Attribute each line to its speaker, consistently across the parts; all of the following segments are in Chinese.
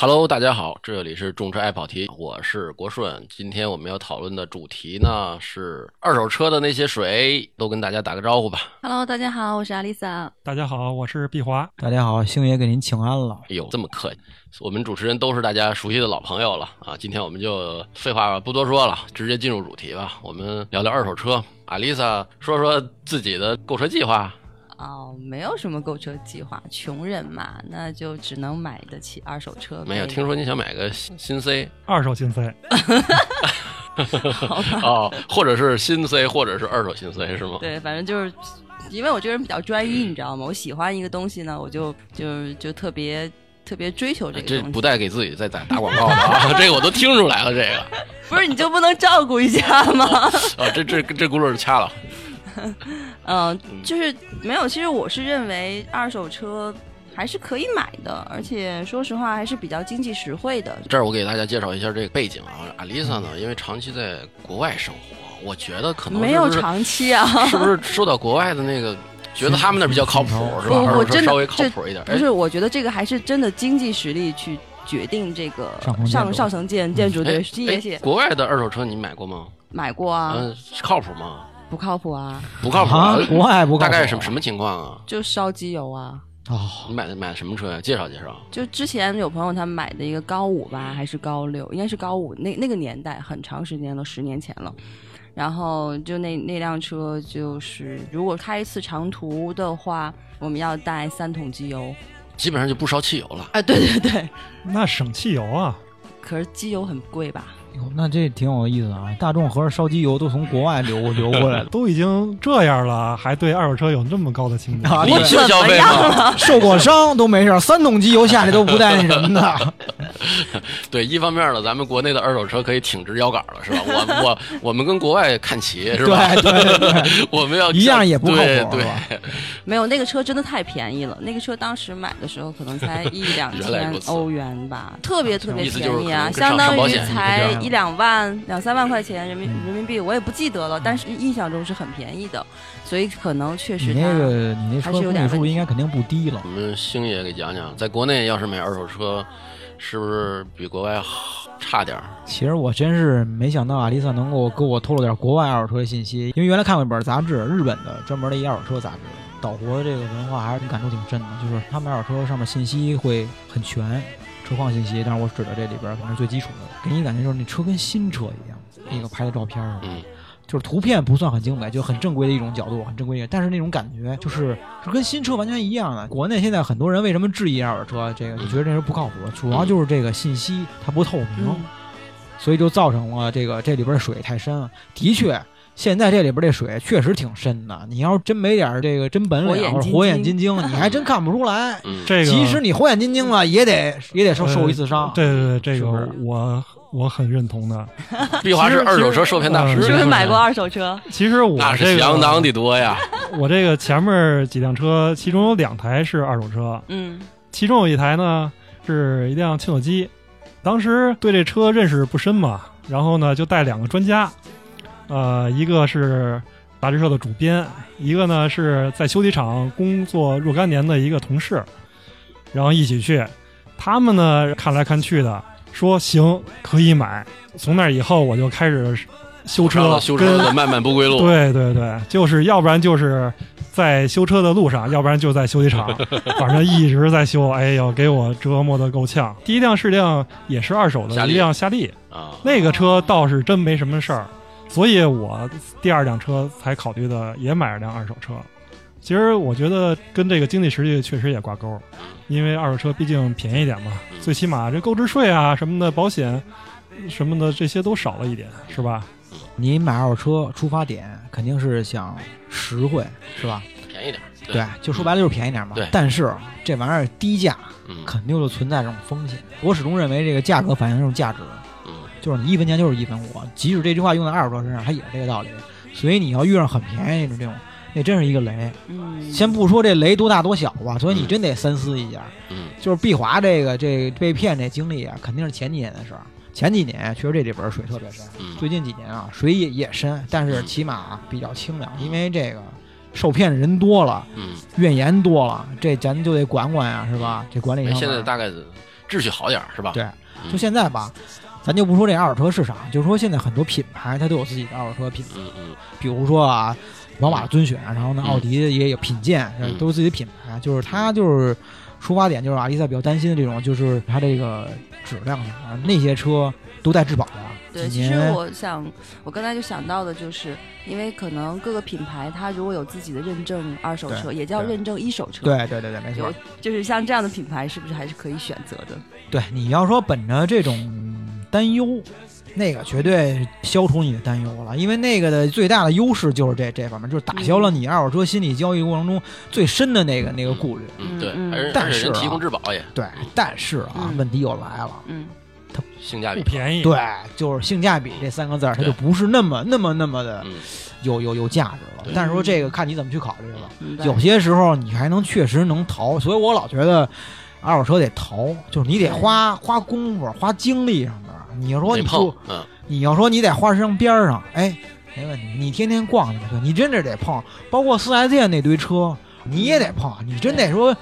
Speaker 1: Hello，大家好，这里是众车爱跑题，我是国顺。今天我们要讨论的主题呢是二手车的那些水，都跟大家打个招呼吧。
Speaker 2: Hello，大家好，我是阿丽萨。
Speaker 3: 大家好，我是毕华。
Speaker 4: 大家好，星爷给您请安了。
Speaker 1: 哎呦，这么客气，我们主持人都是大家熟悉的老朋友了啊。今天我们就废话不多说了，直接进入主题吧。我们聊聊二手车。阿丽萨说说自己的购车计划。
Speaker 2: 哦，没有什么购车计划，穷人嘛，那就只能买得起二手车呗。
Speaker 1: 没有听说你想买个新新 C
Speaker 3: 二手新 C，
Speaker 1: 哦， 或者是新 C，或者是二手新 C 是吗？
Speaker 2: 对，反正就是因为我这个人比较专一，你知道吗？我喜欢一个东西呢，我就就就特别特别追求这个
Speaker 1: 这
Speaker 2: 东西。
Speaker 1: 不带给自己在打打广告的啊， 这个我都听出来了，这个。
Speaker 2: 不是你就不能照顾一下吗？
Speaker 1: 啊，这这这轱辘就掐了。
Speaker 2: 嗯，就是没有。其实我是认为二手车还是可以买的，而且说实话还是比较经济实惠的。
Speaker 1: 这儿我给大家介绍一下这个背景啊，阿丽萨呢，因为长期在国外生活，我觉得可能
Speaker 2: 没
Speaker 1: 是
Speaker 2: 有
Speaker 1: 不是
Speaker 2: 长期啊，
Speaker 1: 是不是受到国外的那个，觉得他们那比较 靠谱是吧？
Speaker 2: 我我
Speaker 1: 二手车
Speaker 2: 真的
Speaker 1: 稍微靠
Speaker 2: 这
Speaker 1: 谱一点，
Speaker 2: 不是，我觉得这个还是真的经济实力去决定这个
Speaker 4: 上层建
Speaker 2: 上
Speaker 4: 筑嗯
Speaker 2: 上层建建筑
Speaker 1: 哎
Speaker 2: 对，谢
Speaker 1: 哎哎
Speaker 2: 谢。
Speaker 1: 国外的二手车你买过吗？
Speaker 2: 买过啊，
Speaker 1: 嗯，靠谱吗？
Speaker 2: 不靠谱啊，
Speaker 1: 不靠谱
Speaker 4: 啊，国外不靠
Speaker 1: 大
Speaker 4: 谱
Speaker 1: 概什么什么情况啊？
Speaker 2: 就烧机油啊。
Speaker 4: 哦，
Speaker 1: 你买的买的什么车呀？介绍介绍。
Speaker 2: 就之前有朋友他买的一个高五吧，还是高六，应该是高五，那那个年代很长时间了，十年前了。然后就那那辆车就是，如果开一次长途的话，我们要带三桶机油
Speaker 1: 基本上就不烧汽油了，
Speaker 2: 啊，对对对。
Speaker 3: 那省汽油啊，
Speaker 2: 可是机油很贵吧？
Speaker 4: 哟那这挺有意思啊！大众和烧机油都从国外 流流过来的，
Speaker 3: 都已经这样了，还对二手车有那么高的情 感
Speaker 4: 啊
Speaker 1: 你
Speaker 4: 对
Speaker 1: 去消费
Speaker 2: 啊
Speaker 1: 吗？
Speaker 4: 受过伤都没事儿，三桶机油下去都不带那什么的。
Speaker 1: 对，一方面呢，咱们国内的二手车可以挺直腰杆了，是吧？我我我们跟国外看齐， 是
Speaker 4: 对
Speaker 1: 吧？
Speaker 4: 对 对，
Speaker 1: 我们要
Speaker 4: 一样也不靠谱
Speaker 1: 对
Speaker 4: 是
Speaker 1: 对
Speaker 4: 吧
Speaker 2: 没有，那个车真的太便宜了。那个车当时买的时候可能 才一两
Speaker 1: 原来
Speaker 2: 千
Speaker 1: 如此
Speaker 2: 欧元吧，特别特别
Speaker 1: 意思就是
Speaker 2: 便宜啊，
Speaker 1: 可能
Speaker 2: 相
Speaker 1: 跟上
Speaker 2: 当
Speaker 1: 保
Speaker 2: 于
Speaker 1: 险
Speaker 2: 才
Speaker 4: 一样
Speaker 2: 一两万、两三万块钱人民人民币，我也不记得了，但是印象中是很便宜的，所以可能确
Speaker 4: 你
Speaker 2: 实它
Speaker 4: 那个你那车
Speaker 2: 还是有
Speaker 4: 公
Speaker 2: 点
Speaker 4: 里数
Speaker 2: 问题
Speaker 4: 应该肯定不低了
Speaker 1: 我。们星爷给讲讲，在国内要是买二手车，是不是比国外好差点儿？
Speaker 4: 其实我真是没想到阿丽萨能够给我透露点国外二手车的信息，因为原来看过一本杂志，日本的专门的一二手车杂志。岛国这个文化还是感触挺深的，就是他们二手车上面信息会很全，车况信息，但是我指的这里边可能是最基础的，给你感觉就是那车跟新车一样，那个拍的照片儿啊，
Speaker 1: 嗯
Speaker 4: 就是图片不算很精美，就很正规的一种角度，很正规的，但是那种感觉就是是跟新车完全一样的。国内现在很多人为什么质疑二手车，这个就觉得这是不靠谱，主要就是这个信息它不透明。
Speaker 2: 嗯，
Speaker 4: 所以就造成了这个这里边的水太深了。的确，现在这里边这水确实挺深的。你要是真没点儿这个真本
Speaker 2: 火
Speaker 4: 领
Speaker 2: 眼
Speaker 4: 或者
Speaker 2: 金
Speaker 4: 火眼
Speaker 2: 睛
Speaker 4: 金睛，你还真看不出来。
Speaker 1: 嗯，
Speaker 3: 这个
Speaker 4: 即使你火眼金睛了，也得也得受受一次伤。
Speaker 3: 呃对对对，这
Speaker 4: 是
Speaker 3: 个
Speaker 4: 不是
Speaker 3: 我我很认同的。
Speaker 1: 碧华是二手车受骗大
Speaker 3: 其
Speaker 4: 呃
Speaker 2: 是
Speaker 3: 实
Speaker 1: 师
Speaker 2: 不
Speaker 3: 嗯，
Speaker 2: 是买过二手车？
Speaker 3: 其实我
Speaker 1: 那
Speaker 3: 这
Speaker 1: 是
Speaker 3: 个
Speaker 1: 相当的多呀。
Speaker 3: 我这个前面几辆车，其中有两台是二手车，
Speaker 2: 嗯，
Speaker 3: 其中有一台呢是一辆切诺基，当时对这车认识不深嘛，然后呢就带两个专家，呃，一个是杂志社的主编，一个呢是在修理厂工作若干年的一个同事，然后一起去，他们呢看来看去的说行可以买，从那以后我就开始修
Speaker 1: 上
Speaker 3: 车
Speaker 1: 了修车
Speaker 3: 跟
Speaker 1: 的漫漫不归路，
Speaker 3: 对对对，就是要不然就是在修车的路上，要不然就在修 理厂，反正一直在修。哎呦，给我折磨的够呛。第一辆是辆也是二手
Speaker 1: 夏
Speaker 3: 的
Speaker 1: 利
Speaker 3: 一辆夏利，
Speaker 1: 啊，
Speaker 3: 那个车倒是真没什么事儿，所以我第二辆车才考虑的也买了辆二手车。其实我觉得跟这个经济实力确实也挂钩，因为二手车毕竟便宜点嘛，最起码这购置税啊什么的、保险什么的这些都少了一点，是吧？
Speaker 4: 你买二手车出发点肯定是想实惠，是吧？
Speaker 1: 便宜点儿。
Speaker 4: 对，就说白了就是便宜点嘛
Speaker 1: 对。
Speaker 4: 但是这玩意儿低价
Speaker 1: 嗯
Speaker 4: 肯定就存在这种风险。我始终认为这个价格反映这种价值。
Speaker 1: 嗯，
Speaker 4: 就是你一分钱就是一分货。即使这句话用在二手车身上，它也是这个道理。所以你要遇上很便宜的这种，那真是一个雷。
Speaker 2: 嗯，
Speaker 4: 先不说这雷多大多小吧，所以你真得三思一下。
Speaker 1: 嗯，
Speaker 4: 就是碧华这个这被骗这经历啊，肯定是前几年的事儿。前几年确实这里边水特别深，
Speaker 1: 嗯
Speaker 4: 最近几年啊水也也深，但是起码、啊、比较清凉，因为这个受骗人多了，
Speaker 1: 嗯，
Speaker 4: 啊怨言多了，这咱就得管管呀、是吧？这管理
Speaker 1: 哎
Speaker 4: 上
Speaker 1: 现在
Speaker 4: 面啊
Speaker 1: 大概秩序好点儿是吧？
Speaker 4: 对
Speaker 1: 嗯
Speaker 4: 就现在吧，咱就不说这二手车市场，就说现在很多品牌它都有自己的二手车品牌，
Speaker 1: 嗯嗯
Speaker 4: 比如说啊，宝马尊选，然后呢，
Speaker 1: 嗯
Speaker 4: 奥迪也有品鉴，
Speaker 1: 嗯
Speaker 4: 都是自己的品牌。就是它就是出发点，就是阿丽萨比较担心的这种，就是它这个质量上，啊那些车都带质保的，
Speaker 2: 对，
Speaker 4: 几
Speaker 2: 其实
Speaker 4: 年
Speaker 2: 我想，我刚才就想到的就是，因为可能各个品牌它如果有自己的认证二手车，
Speaker 4: 对
Speaker 2: 也叫
Speaker 4: 对
Speaker 2: 认证一手车，，
Speaker 4: 对对对对，没错
Speaker 2: 有。就是像这样的品牌，是不是还是可以选择的？
Speaker 4: 对，你要说本着这种担忧，那个绝对消除你的担忧了，因为那个的最大的优势就是这这方面，就是打消了你二手车心理交易过程中最深的那个那个顾虑。
Speaker 1: 嗯，对，
Speaker 2: 嗯嗯
Speaker 1: 而而
Speaker 4: 但
Speaker 1: 且
Speaker 4: 是
Speaker 1: 人
Speaker 4: 啊
Speaker 1: 提供质保也
Speaker 4: 对，但是啊，
Speaker 2: 嗯
Speaker 4: 问题又来了，
Speaker 2: 嗯，
Speaker 1: 性价
Speaker 3: 不
Speaker 1: 比，
Speaker 3: 便宜。
Speaker 4: 对，就是性价比这三个字儿，它就
Speaker 1: 对
Speaker 4: 不是那么那么那么的
Speaker 1: 嗯
Speaker 4: 有有有价值了
Speaker 1: 对。
Speaker 4: 但是说这个看你怎么去考虑了，
Speaker 2: 明白
Speaker 4: 有些时候你还能确实能淘，所以我老觉得二手车得淘，就是你得花花功夫、花精力上面儿。你要说
Speaker 1: 得
Speaker 4: 你
Speaker 1: 碰
Speaker 4: 就，
Speaker 1: 嗯，
Speaker 4: 你要说你在花市场边儿上，哎，没问题，你天天逛去，对，你真是得碰，包括四 S 店那堆车，你也得碰，你真得说，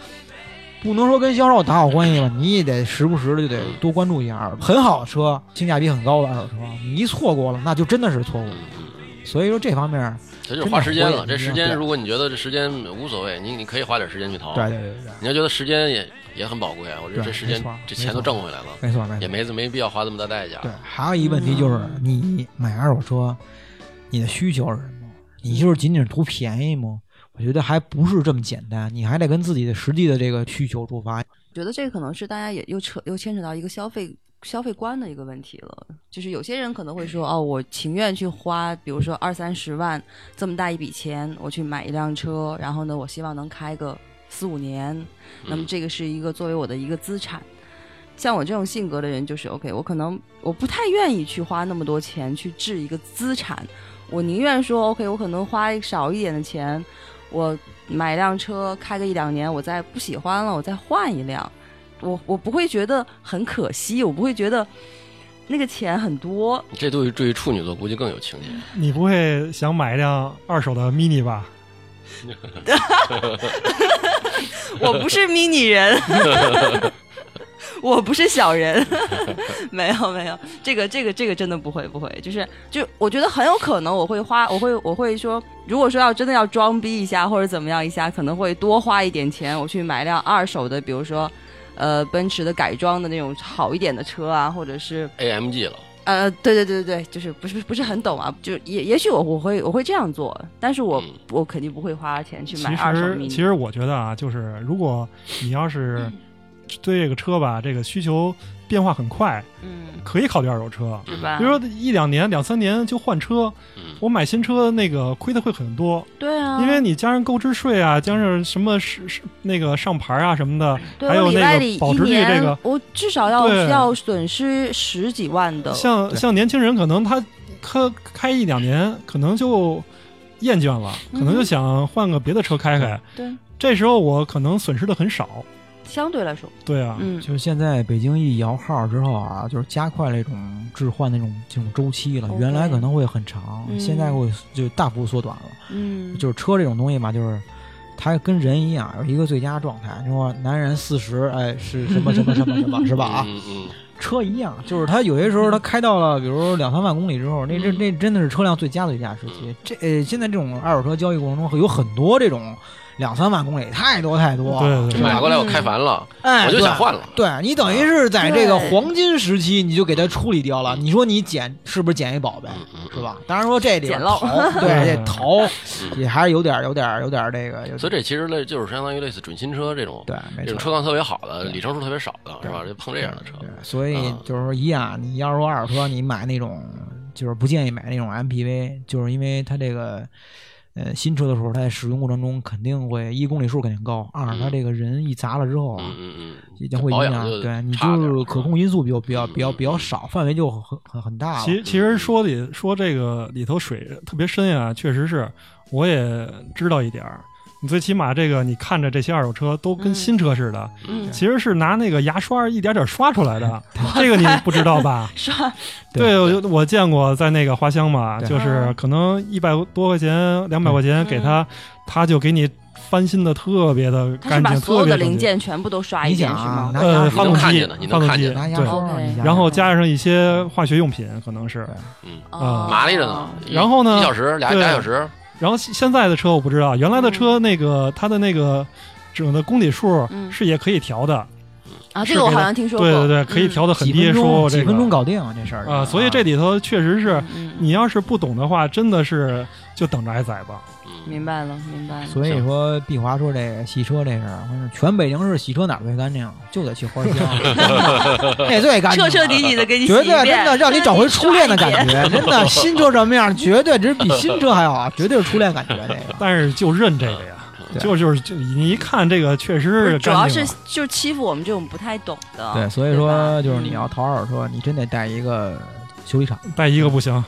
Speaker 4: 不能说跟销售打好关系吧，你也得时不时的就得多关注一下二手车很好的车，性价比很高的二手车，你一错过了，那就真的是错过
Speaker 1: 嗯
Speaker 4: 了。
Speaker 1: 嗯
Speaker 4: 所以说这方面儿，
Speaker 1: 这就是花时间了。
Speaker 4: 真的
Speaker 1: 这
Speaker 4: 我也
Speaker 1: 时
Speaker 4: 一
Speaker 1: 间，
Speaker 4: 样
Speaker 1: 如果你觉得这时间无所谓，你你可以花点时间去淘。
Speaker 4: 对对对对，
Speaker 1: 你要觉得时间也也很宝贵，啊我觉得
Speaker 4: 对
Speaker 1: 这时间
Speaker 4: 没错
Speaker 1: 这钱都
Speaker 4: 没错
Speaker 1: 挣回来了，
Speaker 4: 没错没
Speaker 1: 也
Speaker 4: 错。
Speaker 1: 没没必要花那么大代价
Speaker 4: 对。，还有一问题就是你买二手车，你的需求是什么？你就是仅仅是图便宜吗？我觉得还不是这么简单，你还得跟自己的实际的这个需求出发。
Speaker 2: 觉得这个可能是大家也又扯又牵扯到一个消费消费观的一个问题了，就是有些人可能会说，哦，我情愿去花，比如说二三十万这么大一笔钱，我去买一辆车，然后呢，我希望能开个四五年，那么
Speaker 1: 嗯
Speaker 2: 这个是一个作为我的一个资产。像我这种性格的人，就是 OK，我可能我不太愿意去花那么多钱去置一个资产，我宁愿说 OK，我可能花少一点的钱，我买辆车开个一两年，我再不喜欢了，我再换一辆，我我不会觉得很可惜，我不会觉得那个钱很多，
Speaker 1: 这对于对于处女座估计更有情节。
Speaker 4: 嗯
Speaker 3: 你不会想买一辆二手的 mini 吧？
Speaker 2: 我不是 mini 人，我不是小人， 没有没有，这个这个这个真的不会不会，就是就我觉得很有可能我会花，我会我会说，如果说要真的要装逼一下或者怎么样一下，可能会多花一点钱，我去买辆二手的，比如说。呃，奔驰的改装的那种好一点的车啊，或者是
Speaker 1: AMG 了，
Speaker 2: 呃，对对对对对，就是不是不是很懂啊，就也也许我我会我会这样做，但是我、
Speaker 1: 嗯
Speaker 2: 我肯定不会花钱去买
Speaker 3: 其
Speaker 2: 二手
Speaker 3: 实
Speaker 2: mini
Speaker 3: 其实我觉得啊，就是如果你要是对这个车吧，这个需求变化很快，
Speaker 2: 嗯，
Speaker 3: 可以考虑二手车。
Speaker 2: 是吧？
Speaker 3: 比如说一两年、两三年就换车，
Speaker 1: 嗯，
Speaker 3: 我买新车那个亏的会很多，
Speaker 2: 对啊，
Speaker 3: 因为你加上购置税啊，加上什么是是那个上牌啊什么的，
Speaker 2: 对，
Speaker 3: 还有
Speaker 2: 我礼
Speaker 3: 那
Speaker 2: 拜
Speaker 3: 个
Speaker 2: 里一
Speaker 3: 保值率
Speaker 2: 年，
Speaker 3: 这个
Speaker 2: 我至少要
Speaker 3: 对
Speaker 2: 要损失十几万的。
Speaker 3: 像
Speaker 4: 对
Speaker 3: 像年轻人可能他他开一两年可能就厌倦了，可能
Speaker 2: 嗯
Speaker 3: 就
Speaker 2: 哼
Speaker 3: 想换个别的车开开。
Speaker 2: 对，
Speaker 3: 这时候我可能损失的很少，
Speaker 2: 相对来说，
Speaker 3: 对啊，
Speaker 2: 嗯，
Speaker 4: 就是现在北京一摇号之后啊，就是加快了这种置换的这种这种周期了。
Speaker 2: OK
Speaker 4: 原来可能会很长，
Speaker 2: 嗯
Speaker 4: 现在会就大幅缩短了。
Speaker 2: 嗯，
Speaker 4: 就是车这种东西嘛，就是它跟人一样有一个最佳状态。你说男人四十，哎，是什么什么什么什么，是吧？啊，
Speaker 1: 嗯嗯，
Speaker 4: 车一样，就是它有些时候它开到了，比如两三万公里之后，那这
Speaker 1: 嗯
Speaker 4: 那真的是车辆最佳最佳时期。这呃，现在这种二手车交易过程中会有很多这种两三万公里，太多太多了。
Speaker 3: 对对对
Speaker 1: 这买过来我开烦了，
Speaker 4: 哎，
Speaker 1: 我就
Speaker 4: 对
Speaker 1: 想换了。
Speaker 4: 对你等于是在这个
Speaker 2: 对
Speaker 4: 黄金时期，你就给它处理掉了。
Speaker 1: 嗯
Speaker 4: 你说你捡是不是捡一宝贝，
Speaker 1: 嗯嗯，
Speaker 4: 哎是吧？当然说这里边
Speaker 2: 捡漏
Speaker 4: 淘，对这淘
Speaker 1: 嗯
Speaker 4: 也还是有点儿有点儿有点儿这个，有点儿
Speaker 1: 所以这其实类就是相当于类似准新车这种，
Speaker 4: 对，没
Speaker 1: 这种
Speaker 4: 错。
Speaker 1: 车况特别好的，
Speaker 4: 对
Speaker 1: 里程数特别少的，是吧？
Speaker 4: 对
Speaker 1: 就碰这样的车，
Speaker 4: 对，所以
Speaker 1: 嗯
Speaker 4: 就是说一样，你要是说二手车，你买那种就是不建议买那种 MPV，就是因为它这个呃新车的时候，它在使用过程中肯定会一公里数肯定高，二
Speaker 1: 嗯
Speaker 4: 它这个人一砸了之后啊，
Speaker 1: 嗯嗯嗯，
Speaker 4: 已经会影
Speaker 1: 保养
Speaker 4: 响
Speaker 1: 就
Speaker 4: 对你
Speaker 1: 差点儿
Speaker 4: 就是可控因素比较比较
Speaker 1: 嗯
Speaker 4: 比较
Speaker 1: 嗯
Speaker 4: 比较少，范围就很很很大
Speaker 3: 其
Speaker 4: 了。啊
Speaker 3: 实其实说里说这个里头水特别深啊，确实是，我也知道一点儿。你最起码这个，你看着这些二手车都跟
Speaker 2: 嗯
Speaker 3: 新车似的，
Speaker 2: 嗯
Speaker 3: 其实是拿那个牙刷一点点刷出来 的，这个你不知道吧？
Speaker 2: 刷
Speaker 4: 对
Speaker 3: 对，我我见过在那个花乡嘛，
Speaker 2: 嗯
Speaker 4: 对
Speaker 3: 就是可能一百多块钱、两百块钱给他，他就给你翻新的特别的
Speaker 2: 他是
Speaker 3: 干
Speaker 2: 把
Speaker 3: 净，
Speaker 2: 所
Speaker 3: 特
Speaker 2: 有
Speaker 3: 别
Speaker 2: 的
Speaker 3: 干
Speaker 2: 零
Speaker 3: 净。
Speaker 2: 件全部都刷一遍
Speaker 4: 你
Speaker 2: 是
Speaker 4: 想啊
Speaker 2: 吗？
Speaker 4: 拿
Speaker 3: 呃，
Speaker 4: 你能
Speaker 3: 发动
Speaker 1: 看
Speaker 3: 机
Speaker 1: 见的你，能
Speaker 3: 发动
Speaker 1: 看
Speaker 3: 机
Speaker 1: 见，
Speaker 4: 拿牙
Speaker 3: 对
Speaker 4: 刷
Speaker 2: 对
Speaker 4: 你牙
Speaker 3: 然后
Speaker 4: 刷嗯
Speaker 3: 加上一些化学用品，可能是
Speaker 4: 对。
Speaker 1: 嗯，
Speaker 3: 啊
Speaker 2: 哦
Speaker 1: 麻利着呢。一
Speaker 3: 然后呢
Speaker 1: 一小时俩
Speaker 3: 对
Speaker 1: 俩小时，
Speaker 3: 然后现现在的车我不知道，原来的车那个它的那个整的公里数
Speaker 2: 嗯
Speaker 3: 是也可以调的，
Speaker 2: 啊，
Speaker 3: 是
Speaker 2: 这个我
Speaker 3: 给
Speaker 2: 好
Speaker 3: 它
Speaker 2: 像听说过，
Speaker 3: 对对对，可以
Speaker 2: 嗯
Speaker 3: 调的很
Speaker 4: 几
Speaker 3: 低，
Speaker 4: 分
Speaker 3: 说
Speaker 4: 钟
Speaker 3: 我这
Speaker 4: 几
Speaker 3: 个
Speaker 4: 分钟搞定这事儿
Speaker 3: 啊，所以这里头确实是
Speaker 2: 嗯嗯
Speaker 3: 你要是不懂的话，真的是就等着挨宰吧。
Speaker 1: 嗯，
Speaker 2: 明白了，明白了。
Speaker 4: 所以说，毕华说这个洗车这事儿，我说全北京市洗车哪儿最干净？啊就得去花乡， 那最干净
Speaker 2: 彻
Speaker 4: 了，
Speaker 2: 彻底底的给你洗
Speaker 4: 绝
Speaker 2: 一
Speaker 4: 对
Speaker 2: 遍，
Speaker 4: 真的让你找回初恋的感觉，真的新车什么样，绝对只比新车还好，啊绝对是初恋感觉这个。
Speaker 3: 但是就认这个呀，
Speaker 4: 对
Speaker 3: 就就是就你一看这个确实
Speaker 2: 不是
Speaker 3: 是
Speaker 2: 主要
Speaker 3: 干净
Speaker 2: 是
Speaker 3: 啊，
Speaker 2: 就是欺负我们这种不太懂
Speaker 1: 啊
Speaker 2: 的。
Speaker 4: 对，所以说
Speaker 2: 吧
Speaker 4: 就是你要
Speaker 2: 嗯
Speaker 4: 淘二手车，你真得带一个修理厂，
Speaker 3: 带一个不行，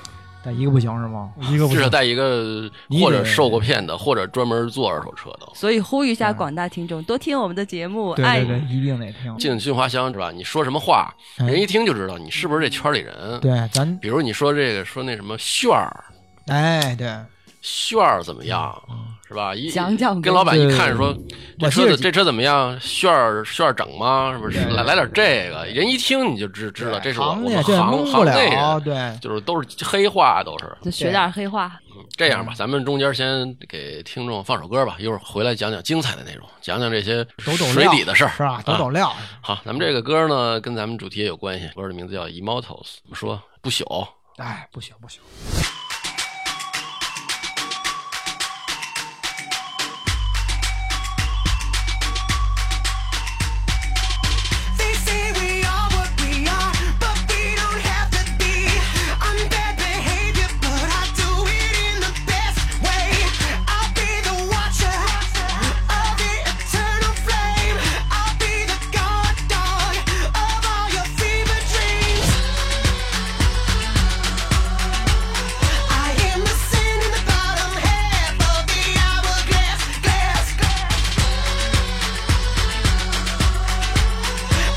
Speaker 4: 带一个不行是吗？
Speaker 3: 一个不
Speaker 1: 至少
Speaker 3: 行。
Speaker 1: 带一个
Speaker 4: 你
Speaker 1: 或者
Speaker 4: 得
Speaker 1: 受过骗的，或者专门做二手车的。
Speaker 2: 所以呼吁一下
Speaker 4: 对
Speaker 2: 广大听众，多听我们的节目，
Speaker 4: 对
Speaker 2: 爱
Speaker 4: 对对，一定得听。
Speaker 1: 进新华乡是吧？你说什么话，
Speaker 4: 哎
Speaker 1: 人一听就知道你是不是这圈里人。
Speaker 4: 对，咱
Speaker 1: 比如你说这个说那什么炫儿，
Speaker 4: 哎对，
Speaker 1: 炫儿怎么样，
Speaker 4: 嗯
Speaker 1: 是吧？一
Speaker 2: 讲讲
Speaker 1: 跟老板一看说这
Speaker 4: 我记
Speaker 1: 车
Speaker 4: 得
Speaker 1: 子这车怎么样，炫儿炫儿整吗？是不是
Speaker 4: 对
Speaker 1: 来来点这个？人一听你就知知道这是我我
Speaker 4: 行
Speaker 1: 们
Speaker 4: 家这
Speaker 1: 行
Speaker 4: 蒙不
Speaker 1: 行内
Speaker 4: 了，啊
Speaker 1: 人，
Speaker 4: 对
Speaker 1: 就是都是黑话都是。
Speaker 2: 就学点黑话。
Speaker 1: 这
Speaker 4: 嗯
Speaker 1: 样吧，咱们中间先给听众放首歌吧，一会儿回来讲讲精彩的内容，讲讲这些
Speaker 4: 抖抖
Speaker 1: 水
Speaker 4: 料
Speaker 1: 底的事儿，
Speaker 4: 是吧？抖
Speaker 1: 啊
Speaker 4: 抖料，
Speaker 1: 好，咱们这个歌呢，跟咱们主题也有关系。歌的名字叫《Immortals》，怎么说？不朽。
Speaker 4: 哎不行不行，
Speaker 5: They say we are what we are, but we don't have to be. I'm bad behavior, but I do it in the best way. I'll be the watcher of the eternal flame. I'll be the guard dog of all your fever dreams. I am the sand in the bottom half of the hourglass, glass, glass.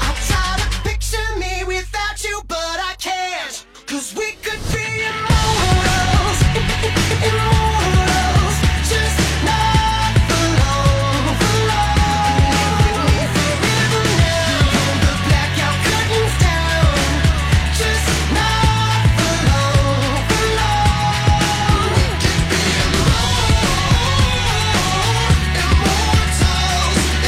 Speaker 5: I try to picture me without you, but I can't. Cause we could be immortals, immortals, just not for long, for long. If we ever now the blackout curtains down, just not for long, for long. We could be immortals, immortals, immortals. Immortals, immortals,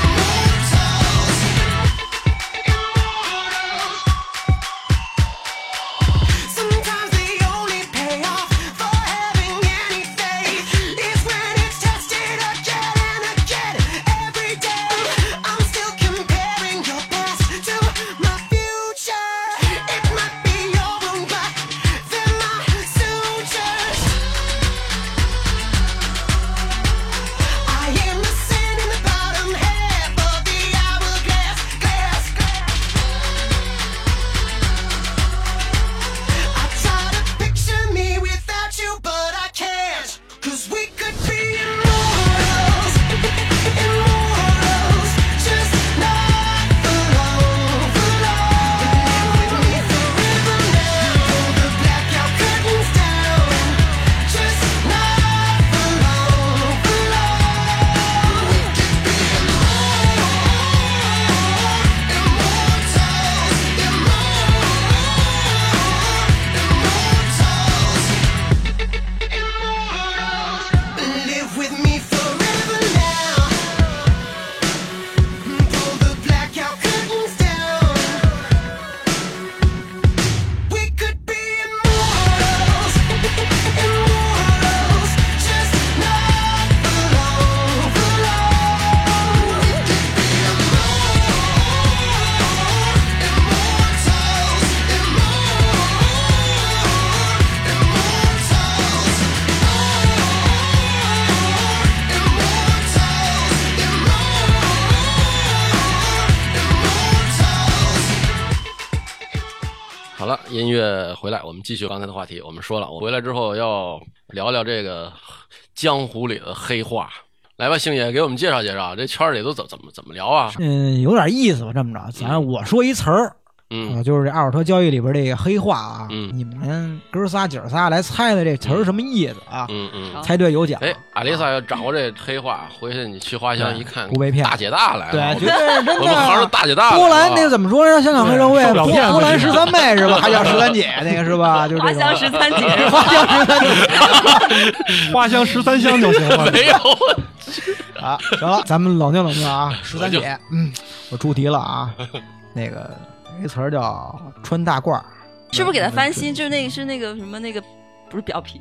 Speaker 5: immortals, immortals. Sometimes the only payoff for having any faith is when it's tested again and again every day. I'm still comparing your past to my future. It might be your own gut, then my sutures. I am the sand in the bottom half of the hourglass, glass, glass. I try to picture me without you, but I can't. Cause we could be immortals, immortals, just not for long, for long. If forever now, the blackout curtains down, just not for long, for long. We could be immortals, immortals, immortals. Live with me forever now. Pull the blackout curtains down. We could be immortals, immortals, just not for long, for long. We could be immortals, immortals, immortals, immortals, immortals.
Speaker 1: 好了，音乐回来，我们继续刚才的话题。我们说了，我回来之后要聊聊这个江湖里的黑话。来吧，星爷给我们介绍介绍，这圈儿里都怎怎么怎么聊啊？
Speaker 4: 嗯，有点意思吧？这么着，咱我说一词儿，
Speaker 1: 嗯
Speaker 4: 啊，就是这二手车交易里边这个黑话啊，
Speaker 1: 嗯
Speaker 4: 你们哥仨姐儿仨来猜猜这词儿什么意思啊？
Speaker 1: 嗯嗯。
Speaker 2: 好
Speaker 4: 猜对有奖。
Speaker 1: 哎，阿丽萨要掌握这黑话，回去你去
Speaker 4: 嗯
Speaker 1: 花乡一看，
Speaker 4: 不被骗
Speaker 1: 大姐大来
Speaker 4: 对
Speaker 1: 了，，
Speaker 4: 绝对是真
Speaker 1: 我们行
Speaker 4: 的
Speaker 1: 是。大姐大来啊了。。
Speaker 4: 波兰那个怎么说呢？香港黑社会
Speaker 3: 对，受不了
Speaker 4: 波
Speaker 3: 骗子
Speaker 4: 波兰
Speaker 3: 是
Speaker 4: 十
Speaker 3: 吧
Speaker 4: 三妹是吧？还叫十三姐那个是吧？就
Speaker 2: 花
Speaker 4: 这
Speaker 2: 香
Speaker 4: 种。
Speaker 2: 十三 姐，
Speaker 4: 花香十三姐
Speaker 3: 花香十三香就行了
Speaker 1: 没有，
Speaker 4: 啊，行了，咱们冷静冷静啊，十
Speaker 1: 我
Speaker 4: 三
Speaker 1: 就
Speaker 4: 姐，嗯，我出题 了啊，那个有一词儿叫穿大褂儿，
Speaker 2: 是不是给他翻新？就是那个是那个什么那个，不是表皮，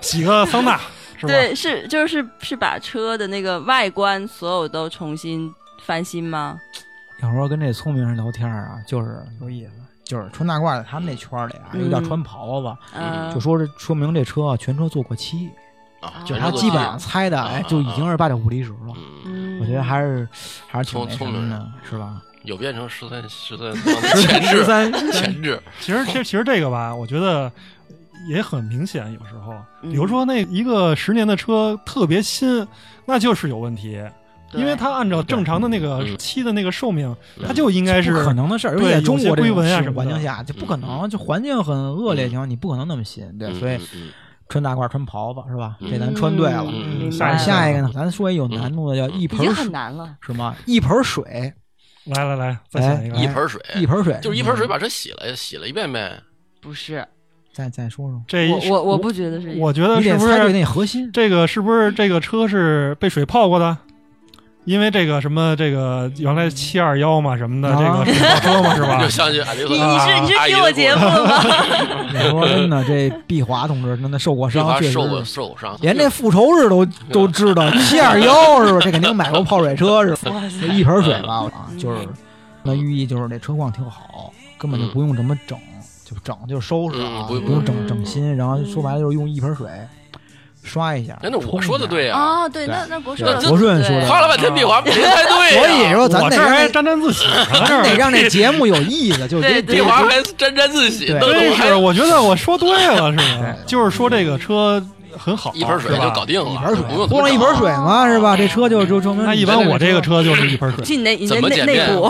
Speaker 3: 洗个桑拿是吧？
Speaker 2: 对，是就是是把车的那个外观所有都重新翻新吗？
Speaker 4: 有时候跟这聪明人聊天儿啊，就是有意思，就是穿大褂的，他们那圈儿里啊，
Speaker 2: 嗯
Speaker 4: 又叫穿袍子，
Speaker 2: 嗯，
Speaker 4: 就说这说明这车啊全车做过漆，
Speaker 1: 啊全
Speaker 4: 就是
Speaker 1: 是
Speaker 4: 他
Speaker 1: 自
Speaker 4: 基
Speaker 1: 己
Speaker 4: 本上猜的，哎，就已经是八九不离十了。
Speaker 1: 嗯，
Speaker 2: 嗯，
Speaker 4: 我觉得还是还是挺
Speaker 1: 聪
Speaker 4: 那什
Speaker 1: 聪明
Speaker 4: 么
Speaker 1: 人
Speaker 4: 的，是吧？
Speaker 1: 有变成十三十三前
Speaker 4: 十
Speaker 1: 置
Speaker 4: 三，
Speaker 1: 前置，
Speaker 3: 其实，其实，其实这个吧，我觉得也很明显。有时候，
Speaker 2: 嗯
Speaker 3: 比如说那一个十年的车特别新，那就是有问题，
Speaker 2: 对
Speaker 3: 因为它按照正常的那个
Speaker 1: 嗯
Speaker 3: 期的那个寿命，
Speaker 1: 嗯
Speaker 3: 它就应该是
Speaker 4: 不可能的事儿，而
Speaker 3: 对
Speaker 4: 且
Speaker 3: 有
Speaker 4: 中
Speaker 3: 些
Speaker 4: 国这
Speaker 3: 规
Speaker 4: 种
Speaker 3: 文啊
Speaker 4: 市
Speaker 3: 什么
Speaker 4: 环
Speaker 3: 的
Speaker 4: 境下，就不可能，就环境很恶劣情况，你不可能那么新，对，
Speaker 1: 嗯
Speaker 4: 所以
Speaker 1: 嗯嗯
Speaker 4: 穿大褂穿袍子是吧？
Speaker 1: 嗯
Speaker 4: 这咱穿对了。
Speaker 1: 嗯
Speaker 2: 明白
Speaker 3: 下
Speaker 4: 咱们
Speaker 2: 了
Speaker 4: 下一个呢？咱说一有难度的，叫一
Speaker 2: 已
Speaker 4: 盆
Speaker 2: 经
Speaker 4: 儿
Speaker 2: 很
Speaker 4: 水
Speaker 2: 难了，
Speaker 4: 什么？一盆儿水，
Speaker 3: 来来来，再想一个，
Speaker 1: 一
Speaker 2: 哎
Speaker 1: 盆水，
Speaker 4: 一盆儿嗯水，
Speaker 1: 嗯就是一盆水把车洗了洗了一遍呗。
Speaker 2: 不是？
Speaker 4: 再再说说，
Speaker 3: 这
Speaker 2: 我
Speaker 3: 一
Speaker 2: 我我不觉得是，
Speaker 3: 我觉得
Speaker 4: 你
Speaker 3: 是
Speaker 4: 得
Speaker 3: 不
Speaker 4: 猜对
Speaker 3: 是
Speaker 4: 那 核心。
Speaker 3: 这个是不是这个车是被水泡过的？因为这个什么，这个原来七二幺嘛什么的，这个
Speaker 4: 啊
Speaker 3: 水泡车嘛是吧
Speaker 1: 又？想起阿丽萨
Speaker 2: 你你
Speaker 1: 啊，
Speaker 2: 是你是
Speaker 1: 阿姨的
Speaker 2: 听我
Speaker 1: 故
Speaker 2: 节
Speaker 1: 事
Speaker 2: 目了吗？
Speaker 4: 你说真的，这毕华同志真的受过
Speaker 1: 这
Speaker 4: 伤，
Speaker 1: 娃
Speaker 4: 确实
Speaker 1: 啊受过受过伤，
Speaker 4: 连这复仇日都都知道，七二幺是吧？这肯定买过泡水 车是吧？这一盆
Speaker 1: 嗯
Speaker 4: 水吧，啊就是那寓意就是这车况挺好，根本就不用怎么整，就整就收拾啊，
Speaker 1: 嗯不
Speaker 4: 不用整
Speaker 2: 嗯
Speaker 4: 整新，然后说白了就是用一盆水刷一下。
Speaker 1: 哎，那我说的
Speaker 4: 冲一
Speaker 1: 对
Speaker 4: 下。
Speaker 1: 呀，
Speaker 2: 啊，对，那那国顺
Speaker 1: 对
Speaker 4: 国顺说的
Speaker 2: 对
Speaker 1: 夸了半天壁华没猜对啊呀，
Speaker 4: 所以 说咱
Speaker 3: 我
Speaker 4: 得
Speaker 3: 这
Speaker 4: 让
Speaker 3: 儿还
Speaker 4: 这
Speaker 3: 沾沾自喜呢， 这
Speaker 4: 咱
Speaker 3: 儿
Speaker 4: 得让这节目有意思，就
Speaker 2: 对
Speaker 4: 得
Speaker 2: 对
Speaker 1: 壁华还沾沾自喜，
Speaker 4: 对
Speaker 1: 弄得
Speaker 3: 真
Speaker 1: 我还
Speaker 3: 是，我觉得我说对了，是吧
Speaker 4: 对？
Speaker 3: 就是说这个车很好，
Speaker 1: 一盆水
Speaker 3: 是吧
Speaker 1: 就搞。定了，
Speaker 4: 一盆水
Speaker 1: 不用，
Speaker 4: 泼上一盆水嘛，是吧？这车
Speaker 1: 嗯
Speaker 4: 就就证明
Speaker 3: 那一般我这个车就是一盆水，
Speaker 2: 进内你的
Speaker 1: 怎么
Speaker 2: 内
Speaker 1: 简
Speaker 2: 内
Speaker 1: 便
Speaker 2: 部，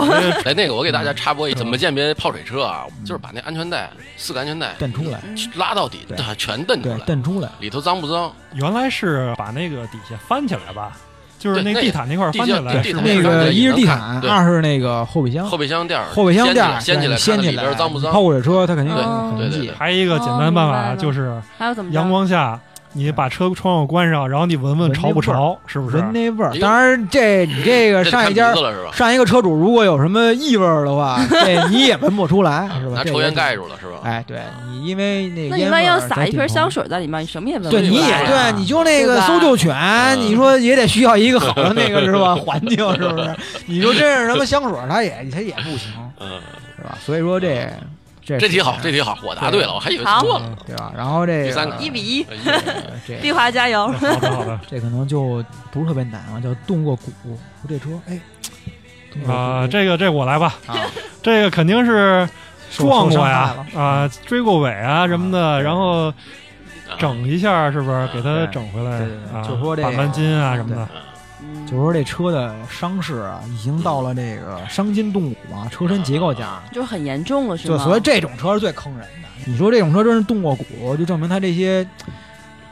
Speaker 1: 哎，那个我给大家插
Speaker 4: 嗯
Speaker 1: 播一，怎么鉴别泡水车啊？就是把那安全带四个安全带
Speaker 4: 蹬出来，
Speaker 2: 嗯
Speaker 1: 拉到底，
Speaker 4: 嗯对
Speaker 1: 它全蹬出
Speaker 4: 对，
Speaker 1: 来，
Speaker 4: 蹬出来。
Speaker 1: 里头脏不脏？
Speaker 3: 原来是把那个底下翻起来吧，就是
Speaker 1: 对
Speaker 3: 那
Speaker 1: 那
Speaker 3: 地毯那块儿
Speaker 1: 地
Speaker 3: 翻起
Speaker 1: 下
Speaker 3: 来，
Speaker 1: 哎地
Speaker 3: 是
Speaker 1: 毯
Speaker 3: 吧
Speaker 4: 那个一是地毯，
Speaker 1: 对
Speaker 4: 二是那个后备箱，
Speaker 1: 后备箱垫儿，
Speaker 4: 后备箱
Speaker 1: 掀
Speaker 4: 垫
Speaker 1: 起
Speaker 4: 儿
Speaker 1: 来掀起来，
Speaker 4: 掀
Speaker 1: 看它
Speaker 4: 起
Speaker 1: 里边
Speaker 4: 来，
Speaker 1: 脏不脏？
Speaker 4: 泡水车它肯定有
Speaker 2: 嗯
Speaker 4: 痕
Speaker 1: 对对
Speaker 4: 迹
Speaker 1: 对，
Speaker 3: 还有一个简单办法就是
Speaker 2: 还有怎么着
Speaker 3: 阳光下，你把车窗户关上，然后你闻闻潮不潮，是不是？
Speaker 4: 闻那味儿
Speaker 1: 哎。呦
Speaker 4: 当然，这你这个
Speaker 1: 这得看
Speaker 4: 上一家
Speaker 1: 鼻子了是吧？
Speaker 4: 上一个车主如果有什么异味儿 的话，这你也闻不出来，是吧？
Speaker 1: 拿
Speaker 4: 这
Speaker 1: 抽
Speaker 4: 也
Speaker 1: 烟
Speaker 4: 挺
Speaker 1: 盖。住了是吧？
Speaker 4: 哎，对你因为那
Speaker 2: 那
Speaker 4: 个
Speaker 2: 你
Speaker 4: 烟
Speaker 2: 万一要
Speaker 4: 味儿
Speaker 2: 撒
Speaker 4: 在
Speaker 2: 一
Speaker 4: 顶
Speaker 2: 瓶
Speaker 4: 头
Speaker 2: 香。水在里面，你什么也闻不
Speaker 4: 对，你
Speaker 2: 出
Speaker 4: 也
Speaker 2: 来啊
Speaker 4: 对，你就那个
Speaker 2: 对吧
Speaker 4: 搜救犬，你说也得需要一个好的那个是吧？环境是不是？你说真是什么香水儿，它也它也不行，
Speaker 1: 嗯，
Speaker 4: 是吧？所以说这这
Speaker 1: 这
Speaker 4: 这
Speaker 1: 题好，这题好，我答对了，我还以为错
Speaker 3: 嗯
Speaker 1: 了。
Speaker 4: 对吧？然后这
Speaker 1: 第三个
Speaker 2: 一比一，
Speaker 1: 哎
Speaker 4: 呃这
Speaker 2: 碧华加 油！
Speaker 3: 好的好的
Speaker 4: 这可能就不是特别难啊，叫动过骨。我这车，哎，动过
Speaker 3: 啊，
Speaker 4: 骨
Speaker 3: 这个这我来吧，
Speaker 4: 啊，
Speaker 3: 这个肯定是
Speaker 4: 受
Speaker 3: 撞
Speaker 4: 受
Speaker 3: 过
Speaker 4: 伤
Speaker 3: 呀
Speaker 4: 害了
Speaker 3: 啊，追过尾啊什么的，然后
Speaker 1: 呀
Speaker 3: 整一下是不是给它
Speaker 4: 啊对
Speaker 3: 整回来
Speaker 4: 对对对
Speaker 3: 啊？
Speaker 4: 就说这个
Speaker 3: 板板筋啊什么的，
Speaker 2: 嗯
Speaker 4: 就说这车的伤势啊，已经到了这个伤筋动骨啊，车身结构价。
Speaker 2: 就是很严重了，是
Speaker 4: 就
Speaker 2: 吗？
Speaker 4: 所以这种车是最坑人的。你说这种车真是动过骨，就证明它这些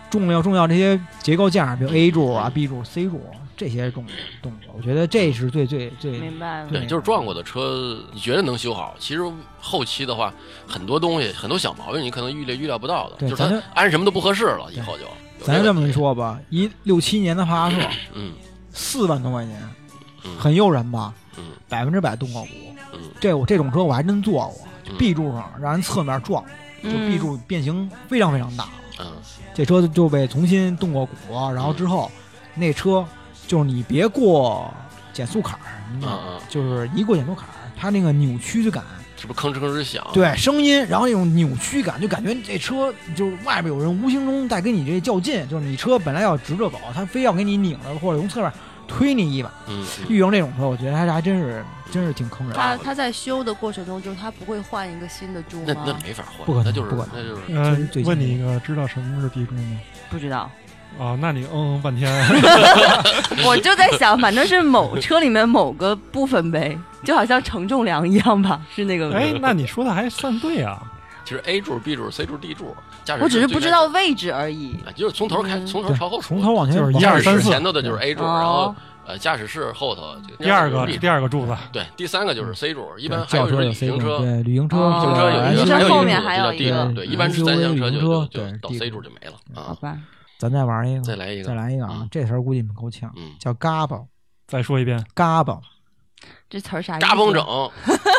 Speaker 4: 重要重要这些结构件儿，比如 A 柱啊、B 柱、C 柱这些动动过，我觉得这是最最最
Speaker 2: 明白了，
Speaker 1: 对，就是撞过的车，你觉得能修好，其实后期的话，很多东西，很多小毛病，你可能预料预料不到的，
Speaker 4: 对
Speaker 1: 就是
Speaker 4: 咱
Speaker 1: 它
Speaker 4: 就
Speaker 1: 安什么都不合适了，以后就。
Speaker 4: 咱就
Speaker 1: 有个
Speaker 4: 这么说吧，一六七年的帕萨特，
Speaker 1: 嗯
Speaker 4: 四万多块钱，
Speaker 1: 嗯
Speaker 4: 很诱人吧？
Speaker 1: 嗯
Speaker 4: 百分之百动过骨。
Speaker 1: 嗯
Speaker 4: 这我这种车我还真坐过，就
Speaker 1: 嗯
Speaker 4: B 柱上让人侧面撞，就
Speaker 2: 嗯
Speaker 4: B 柱变形非常非常大，
Speaker 1: 嗯
Speaker 4: 这车就被重新动过骨，然后之后那车就是你别过减速坎儿什么
Speaker 1: 嗯
Speaker 4: 的，
Speaker 1: 嗯，
Speaker 4: 就是一过减速坎儿，它那个扭曲感，
Speaker 1: 是不是吭哧吭哧响？
Speaker 4: 对声音，然后那种扭曲感，就感觉这车就是外边有人无形中在跟你这较劲，就是你车本来要直着走，它非要给你拧着或者从侧面推你一把。
Speaker 1: 嗯，嗯，
Speaker 4: 遇上这种车，我觉得还还真是真是挺坑人的。
Speaker 2: 他他在修的过程中，就是他不会换一个新的啊柱
Speaker 1: 嗯那那
Speaker 2: 吗？
Speaker 1: 没法换，
Speaker 4: 不可能
Speaker 1: 那就是
Speaker 4: 不可能
Speaker 1: 那就是
Speaker 3: 嗯
Speaker 4: 这是最，近
Speaker 3: 问你一个，知道什么是地柱吗？
Speaker 2: 不知道，
Speaker 3: 啊，那你嗯嗯半 天，
Speaker 2: 我就在想，反正是某车里面某个部分呗，就好像承重梁一样吧，是那个。
Speaker 3: 哎，那你说的还算对啊，
Speaker 1: 其实 A 柱、B 柱、C 柱、D 柱，驾驶
Speaker 2: 我只
Speaker 1: 室
Speaker 2: 是
Speaker 1: 最
Speaker 2: 不
Speaker 1: 开
Speaker 2: 知道位置而已。
Speaker 1: 始，啊就是从头开，
Speaker 2: 嗯
Speaker 1: 从头
Speaker 4: 对
Speaker 1: 朝后数，
Speaker 4: 从头往前
Speaker 3: 就是
Speaker 4: 往
Speaker 3: 一
Speaker 1: 驾
Speaker 3: 二
Speaker 1: 驶
Speaker 3: 三
Speaker 1: 室
Speaker 3: 四
Speaker 1: 前头的就是 A 柱，然后
Speaker 2: 哦
Speaker 1: 呃驾驶室后头这
Speaker 3: 第二个
Speaker 1: 就是 B
Speaker 3: 第二个柱子，
Speaker 1: 对，第三个就是 C 柱，一般还
Speaker 4: 轿
Speaker 1: 有
Speaker 4: 车
Speaker 1: 就是
Speaker 4: 有
Speaker 1: 旅
Speaker 4: C
Speaker 1: 行
Speaker 4: 柱，
Speaker 1: 车，
Speaker 4: 对，旅行车
Speaker 2: 哦
Speaker 1: 行车有一
Speaker 2: 旅
Speaker 1: 个，
Speaker 2: 行车
Speaker 1: 还有一
Speaker 2: 后
Speaker 1: 个
Speaker 2: 面
Speaker 1: 就
Speaker 2: 还
Speaker 1: 叫
Speaker 2: 有
Speaker 1: D
Speaker 2: 一
Speaker 1: 柱
Speaker 2: 个
Speaker 1: 对，
Speaker 4: 嗯
Speaker 1: 一般是三厢车
Speaker 4: 旅
Speaker 1: 就
Speaker 4: 行车
Speaker 1: 就就
Speaker 4: 对
Speaker 1: 到
Speaker 4: D
Speaker 1: C
Speaker 4: 柱
Speaker 1: 柱就没了
Speaker 2: 好
Speaker 1: 啊。
Speaker 2: 吧，
Speaker 4: 咱再玩一个，
Speaker 1: 再来一
Speaker 4: 再
Speaker 1: 个，
Speaker 4: 来一个啊
Speaker 1: 嗯！
Speaker 4: 这词儿估计你们够呛，
Speaker 1: 嗯，
Speaker 4: 叫嘎巴
Speaker 3: 再说一遍，
Speaker 4: 嘎巴
Speaker 2: 这词儿啥意思？
Speaker 1: 嘎嘣整，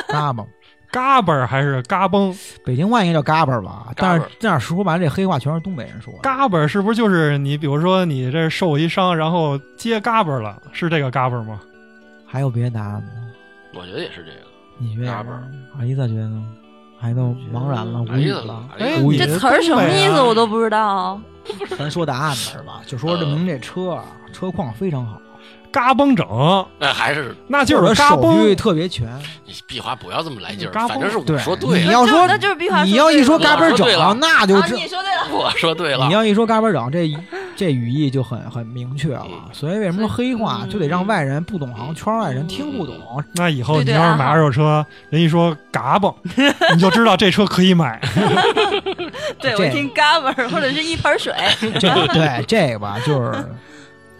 Speaker 4: 嘎巴，
Speaker 3: 嘎嘣儿还是嘎嘣？
Speaker 4: 北京话应该叫嘎巴吧？但
Speaker 1: 嘎
Speaker 4: 是但是说白了，这黑话全是东北人说的。
Speaker 3: 嘎嘣儿是不是就是你，比如说你这受一伤，然后接嘎嘣儿了，是这个嘎嘣儿吗？
Speaker 4: 还有别的答案吗？
Speaker 1: 我觉得也是这个。
Speaker 4: 你觉得
Speaker 1: 嘎巴
Speaker 4: 阿姨咋觉得呢？孩子茫然了，无
Speaker 1: 哎
Speaker 4: 语
Speaker 1: 呀
Speaker 4: 了。，
Speaker 1: 哎
Speaker 3: 哎
Speaker 1: 呀，
Speaker 4: 无语
Speaker 2: 这
Speaker 3: 你
Speaker 2: 词儿什么意
Speaker 3: 东北
Speaker 2: 思？
Speaker 3: 啊
Speaker 2: 我都不知道。
Speaker 4: 咱说答案吧，是吧？就说证明这车啊，
Speaker 1: 呃
Speaker 4: 车况非常好，
Speaker 3: 嘎嘣整，
Speaker 1: 那还是
Speaker 3: 那就
Speaker 4: 或者
Speaker 3: 是嘎
Speaker 4: 手
Speaker 3: 嘣。
Speaker 4: 续特别全。
Speaker 1: 你壁花不要这么来劲儿，
Speaker 3: 嘎嘣
Speaker 1: 反正是我
Speaker 4: 对
Speaker 1: 说对
Speaker 4: 你
Speaker 1: 了，
Speaker 4: 要说
Speaker 2: 那就是比方
Speaker 4: 你要一说
Speaker 1: 对
Speaker 4: 嘎嘣
Speaker 1: 我说
Speaker 4: 整
Speaker 1: 对了，
Speaker 4: 那就
Speaker 2: 啊，
Speaker 4: 知
Speaker 2: 你说对了，
Speaker 1: 我说对了
Speaker 4: 你。要一说嘎嘣掌，这这语义就很很明确
Speaker 1: 嗯
Speaker 4: 了。所以为什么说黑话
Speaker 2: 嗯
Speaker 4: 就得让外人不懂行，圈外人听不懂？
Speaker 3: 那以
Speaker 2: 对啊
Speaker 3: 后你
Speaker 2: 对
Speaker 3: 要
Speaker 2: 暗
Speaker 3: 是买
Speaker 2: 号
Speaker 3: 二手车，人一说 嘎嘣，你就知道这车可以 买。
Speaker 2: 对
Speaker 4: 这
Speaker 2: 我听嘎嘣儿或者是一盆水，
Speaker 4: 这对这个吧，就是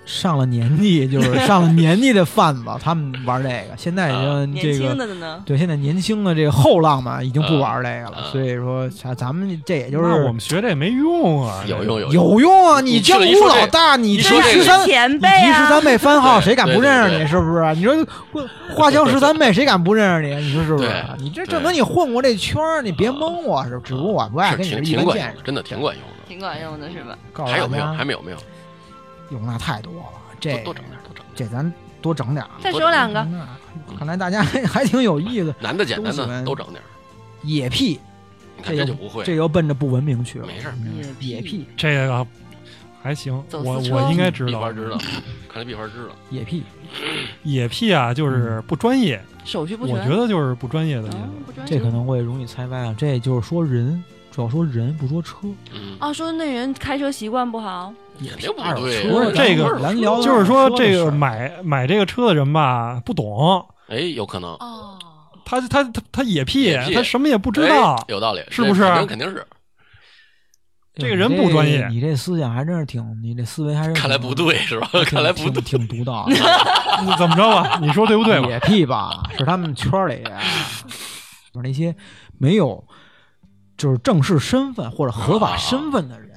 Speaker 4: 上了年纪，就是上了年纪的贩子，他们玩这个。现在
Speaker 1: 啊
Speaker 4: 人
Speaker 2: 年
Speaker 4: 这
Speaker 2: 轻
Speaker 4: 个
Speaker 2: 的呢。
Speaker 4: 对现在年轻的这个后浪们已经不玩这个
Speaker 1: 啊
Speaker 4: 了，所以说咱咱们这也就
Speaker 3: 那我
Speaker 4: 是
Speaker 3: 们学这也没用啊，
Speaker 1: 有用有用，
Speaker 4: 有用啊！你
Speaker 1: 你这
Speaker 4: 江
Speaker 1: 个一
Speaker 4: 湖
Speaker 1: 说这
Speaker 4: 老大，你
Speaker 1: 一
Speaker 4: 这
Speaker 1: 说这
Speaker 4: 十
Speaker 1: 个
Speaker 4: 三
Speaker 2: 前
Speaker 4: 你
Speaker 2: 辈
Speaker 4: 提十
Speaker 2: 啊
Speaker 4: 三，妹番号，
Speaker 1: 对
Speaker 4: 谁敢不认识
Speaker 1: 对对
Speaker 4: 你？
Speaker 1: 对
Speaker 4: 是不是？你说花花江十三妹，谁敢不认识你？你说是不是？
Speaker 1: 对
Speaker 4: 你这
Speaker 1: 对啊
Speaker 4: 证明你混过这圈儿，你别蒙我，是吧只不过我不爱
Speaker 1: 是
Speaker 4: 跟你
Speaker 1: 挺
Speaker 4: 是一
Speaker 1: 挺
Speaker 4: 般
Speaker 1: 管
Speaker 4: 见
Speaker 1: 用的，
Speaker 4: 识。
Speaker 1: 真的挺管用的。
Speaker 2: 挺管用的是吧？
Speaker 4: 告诉
Speaker 1: 还有
Speaker 4: 大
Speaker 1: 没有？
Speaker 4: 家
Speaker 1: 还没有没有？
Speaker 4: 有那太多了，这
Speaker 1: 多
Speaker 4: 个
Speaker 1: 多整点，多整点。
Speaker 4: 这咱多整点儿。
Speaker 2: 再说两个，
Speaker 4: 嗯
Speaker 1: 啊
Speaker 4: 看来大家 还挺有意思。
Speaker 1: 男的简单
Speaker 4: 东西
Speaker 1: 的
Speaker 4: 们
Speaker 1: 都整点儿，
Speaker 4: 野屁，
Speaker 1: 你看这
Speaker 4: 这个
Speaker 1: 就不会。
Speaker 4: 这又奔着不文明去了。
Speaker 1: 没事儿
Speaker 4: 嗯
Speaker 2: 野
Speaker 4: 野
Speaker 2: 屁
Speaker 4: 屁，
Speaker 3: 这个还行，
Speaker 2: 走私
Speaker 3: 我
Speaker 2: 车
Speaker 3: 我应该知
Speaker 1: 壁花
Speaker 3: 道。嗯
Speaker 1: 知道，看来壁花知道。
Speaker 4: 野屁，
Speaker 3: 野屁啊，就是不专业，
Speaker 2: 手嗯续不
Speaker 3: 我
Speaker 2: 全，
Speaker 3: 觉得就是不专业的意
Speaker 2: 啊
Speaker 3: 思。
Speaker 2: 哦不专业
Speaker 4: 嗯这可能会容易猜歪啊。这就是说人，主要说人，不说车。
Speaker 1: 嗯，
Speaker 3: 哦
Speaker 2: 啊，说那人开车习惯不好，
Speaker 4: 野
Speaker 1: 肯
Speaker 4: 屁
Speaker 1: 定不
Speaker 4: 二手
Speaker 1: 对
Speaker 4: 车，
Speaker 3: 这个
Speaker 4: 咱聊聊
Speaker 3: 就是说，
Speaker 4: 二手车的
Speaker 3: 这
Speaker 4: 事
Speaker 3: 个
Speaker 4: 儿
Speaker 3: 买买这个车的人吧，不懂，
Speaker 1: 哎，有可能
Speaker 2: 哦，
Speaker 3: 他他他他野屁
Speaker 1: 野，屁
Speaker 3: 他什么也不知道
Speaker 1: 哎。有道理，
Speaker 3: 是不是
Speaker 1: 肯定肯定是，
Speaker 3: 这个人不专业
Speaker 4: 你这你这思想还真是挺，你这思维还是
Speaker 1: 看来不对，是吧？
Speaker 3: 嗯
Speaker 4: 挺，
Speaker 1: 看来不对，
Speaker 4: 挺，挺独到。
Speaker 3: 你怎么着 吧？你说对不对吧？
Speaker 4: 野屁吧，是他们圈里啊，就是那些没有就是正式身份或者合法身份的人，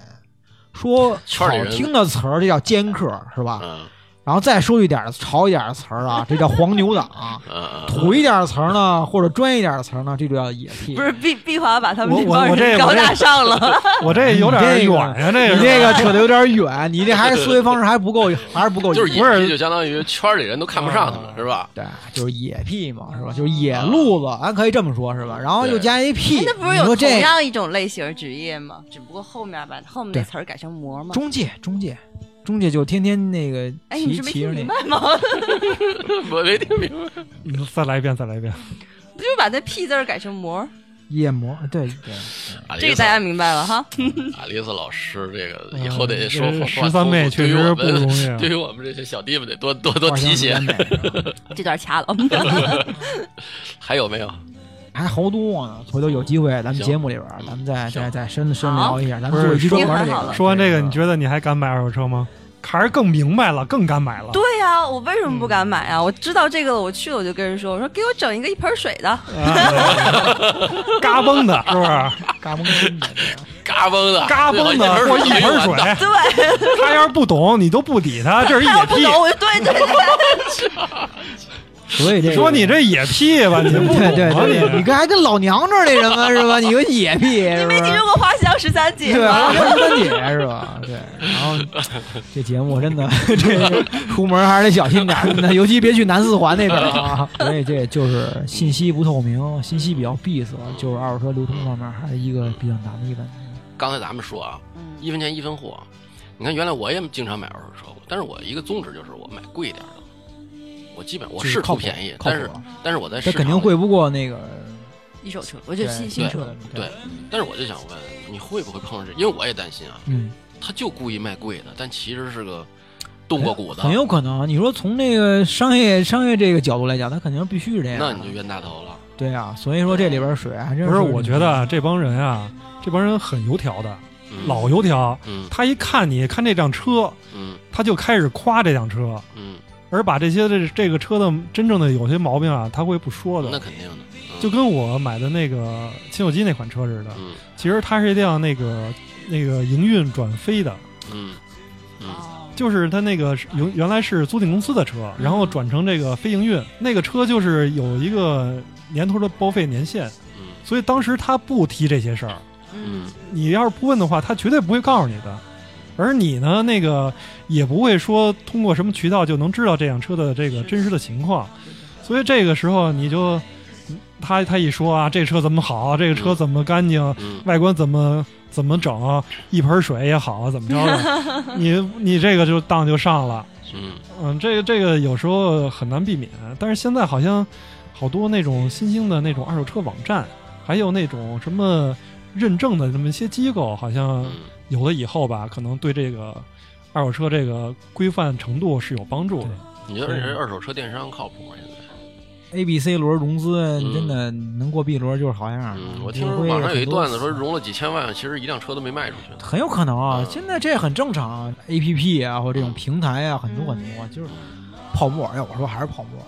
Speaker 4: 说
Speaker 1: 圈
Speaker 4: 好
Speaker 1: 里人
Speaker 4: 听的词儿，这叫尖客，是吧？
Speaker 1: 嗯
Speaker 4: 然后再说一点的潮一点的词儿啊，这叫黄牛党。啊
Speaker 1: 嗯嗯，嗯
Speaker 4: 土一点的词儿呢，或者专业一点的词儿呢，这就叫野屁。
Speaker 2: 不是碧碧华把他们
Speaker 3: 我
Speaker 2: 这帮
Speaker 3: 我我这
Speaker 2: 人
Speaker 3: 我
Speaker 2: 高
Speaker 3: 这
Speaker 2: 大上了，
Speaker 3: 我这有点
Speaker 4: 你这
Speaker 3: 远
Speaker 4: 个
Speaker 3: 呀，这个
Speaker 4: 你这个扯得有点远，你这还是思维方式还不够，还是不够。
Speaker 1: 就是野
Speaker 3: 不是
Speaker 1: 屁，就相当于圈里人都看不上他们，
Speaker 3: 啊
Speaker 1: 是吧？
Speaker 4: 对，就是野屁嘛，是吧？就是野路子，咱可以这么说，是吧？然后又加一屁，
Speaker 2: 哎 那不是
Speaker 4: 你
Speaker 2: 有
Speaker 4: 说
Speaker 2: 同
Speaker 4: 这
Speaker 2: 样一种类型职业吗？只不过后面把后面那
Speaker 4: 对
Speaker 2: 词儿改成模嘛。
Speaker 4: 中介，中介，中介就天天那个
Speaker 2: 哎，你
Speaker 4: 骑
Speaker 2: 是没
Speaker 4: 骑着
Speaker 2: 听明
Speaker 4: 那
Speaker 2: 白吗？
Speaker 1: 我没听明白。
Speaker 3: 你再来一遍，再来一遍。
Speaker 2: 不就把那屁字儿改成模？
Speaker 4: 夜魔，对 对，哎
Speaker 1: 阿
Speaker 2: 这
Speaker 1: 丽
Speaker 2: 个
Speaker 1: 丝
Speaker 2: 大，家明白了 哈。
Speaker 1: 阿丽丝老师，这个以后得
Speaker 3: 嗯
Speaker 1: 说
Speaker 3: 这
Speaker 1: 话
Speaker 3: 十三妹确实不容易啊
Speaker 1: 对于我们这些小弟们得多多多
Speaker 4: 花香
Speaker 1: 提携
Speaker 4: 完。美 是吧
Speaker 2: 这段 掐了。
Speaker 1: 还有没有？
Speaker 4: 还好多呢。回头有机会咱们节目里边儿，咱们再再再深深聊一下，咱们做一期专门儿
Speaker 2: 好
Speaker 4: 这
Speaker 2: 了
Speaker 4: 个。
Speaker 3: 说完这个，你觉得你还敢买二手车吗？还是更明白了，更敢买了。
Speaker 2: 对呀、我为什么不敢买啊？
Speaker 4: 嗯
Speaker 2: 我知道这个了，我去了我就跟人说，我说给我整一个一盆水的，
Speaker 3: 嘎嘣的，是不是？
Speaker 4: 嘎嘣嘣的这个
Speaker 1: 嘎嘣的，
Speaker 3: 嘎嘣的，或者一盆水，
Speaker 4: 哎
Speaker 2: 对，
Speaker 3: 他要是不懂，你都不理他，这是
Speaker 2: 他要 不
Speaker 3: 野
Speaker 2: 懂我就对对 对，
Speaker 4: 所以
Speaker 3: 屁。
Speaker 4: 这个
Speaker 3: 说你这野屁吧，你
Speaker 4: 对
Speaker 3: 不
Speaker 4: 对
Speaker 3: 懂啊
Speaker 4: 对，对你
Speaker 3: 你。
Speaker 4: 跟还跟老娘这那什么是吧？你个野屁，
Speaker 2: 你
Speaker 4: 是不
Speaker 2: 没
Speaker 4: 是？
Speaker 2: 听说过花香十
Speaker 3: 啊
Speaker 2: 三姐
Speaker 4: 哎对，啊
Speaker 2: 吗？
Speaker 4: 花三姐是吧？对，然后这节目 真的，这个出门还是得小心点儿，那尤其别去南四环那边啊。所以这就是信息不透明，信息比较闭塞，就是二手车流通方面还是一个比较难的一个问题。
Speaker 1: 刚才咱们说啊，一分钱一分货。啊你看，原来我也经常买二手车，但是我一个宗旨就是我买贵一点的。我基本我
Speaker 4: 就是
Speaker 1: 是图
Speaker 4: 靠谱
Speaker 1: 便宜，
Speaker 4: 靠
Speaker 1: 但
Speaker 4: 谱
Speaker 1: 是
Speaker 4: 啊
Speaker 1: 但是我在市
Speaker 4: 这
Speaker 1: 场
Speaker 4: 肯定
Speaker 1: 里
Speaker 4: 会不过那个
Speaker 2: 一手车，我就新
Speaker 4: 对
Speaker 2: 新
Speaker 1: 对
Speaker 2: 车，
Speaker 4: 的，
Speaker 1: 对，但是我就想问，你会不会碰上这？因为我也担心啊，
Speaker 4: 嗯，
Speaker 1: 他就故意卖贵的，但其实是个动过骨的
Speaker 4: 很，有可能。啊你说从那个商业商业这个角度来讲，他肯定必须是这样。
Speaker 1: 那你就冤大头了。
Speaker 4: 对啊，所以说这里边水还真
Speaker 3: 不是，我觉得啊这帮人啊，这帮人很油条的，
Speaker 1: 嗯
Speaker 3: 老油条。
Speaker 1: 嗯
Speaker 3: 他一看你看这辆车，
Speaker 1: 嗯
Speaker 3: 他就开始夸这辆车，
Speaker 1: 嗯，
Speaker 3: 而把这些这这个车的真正的有些毛病啊，他会不说
Speaker 1: 那
Speaker 3: 的。
Speaker 1: 肯定的，嗯
Speaker 3: 就跟我买的那个秦友基那款车似的，
Speaker 1: 嗯
Speaker 3: 其实它是一辆那个那个营运转飞的，
Speaker 1: 嗯嗯
Speaker 2: 哦
Speaker 3: 就是它那个是原原来是租赁公司的车，然后转成这个非营运，那个车就是有一个年头的报废年限，
Speaker 1: 嗯
Speaker 3: 所以当时他不提这些事儿，
Speaker 2: 嗯
Speaker 1: 嗯，
Speaker 3: 你要是不问的话，他绝对不会告诉你的。而你呢，那个也不会说通过什么渠道就能知道这辆车的这个真实的情况，所以这个时候你就他他一说啊，这车怎么好，这个车怎么干净，
Speaker 1: 嗯
Speaker 3: 外观怎么怎么整，啊一盆水也好，怎么着的，你你这个就当就上了。
Speaker 1: 嗯
Speaker 3: 嗯，这个这个有时候很难避免，但是现在好像好多那种新兴的那种二手车网站，还有那种什么认证的那么一些机构，好像
Speaker 1: 嗯
Speaker 3: 有了以后吧，可能对这个二手车这个规范程度是有帮助的。
Speaker 1: 你觉得这二手车电商靠谱吗？现在？
Speaker 4: A、B、C 轮融资真的能过 B 轮就是好样儿。
Speaker 1: 嗯
Speaker 4: 啊
Speaker 1: 嗯，我听说网上有一段子说融了几千万，其实一辆车都没卖出去呢。
Speaker 4: 很有可能啊
Speaker 1: 嗯，
Speaker 4: 现在这很正常啊，A P P 啊或者这种平台啊，很多很多，就是泡沫。要我说还是泡沫。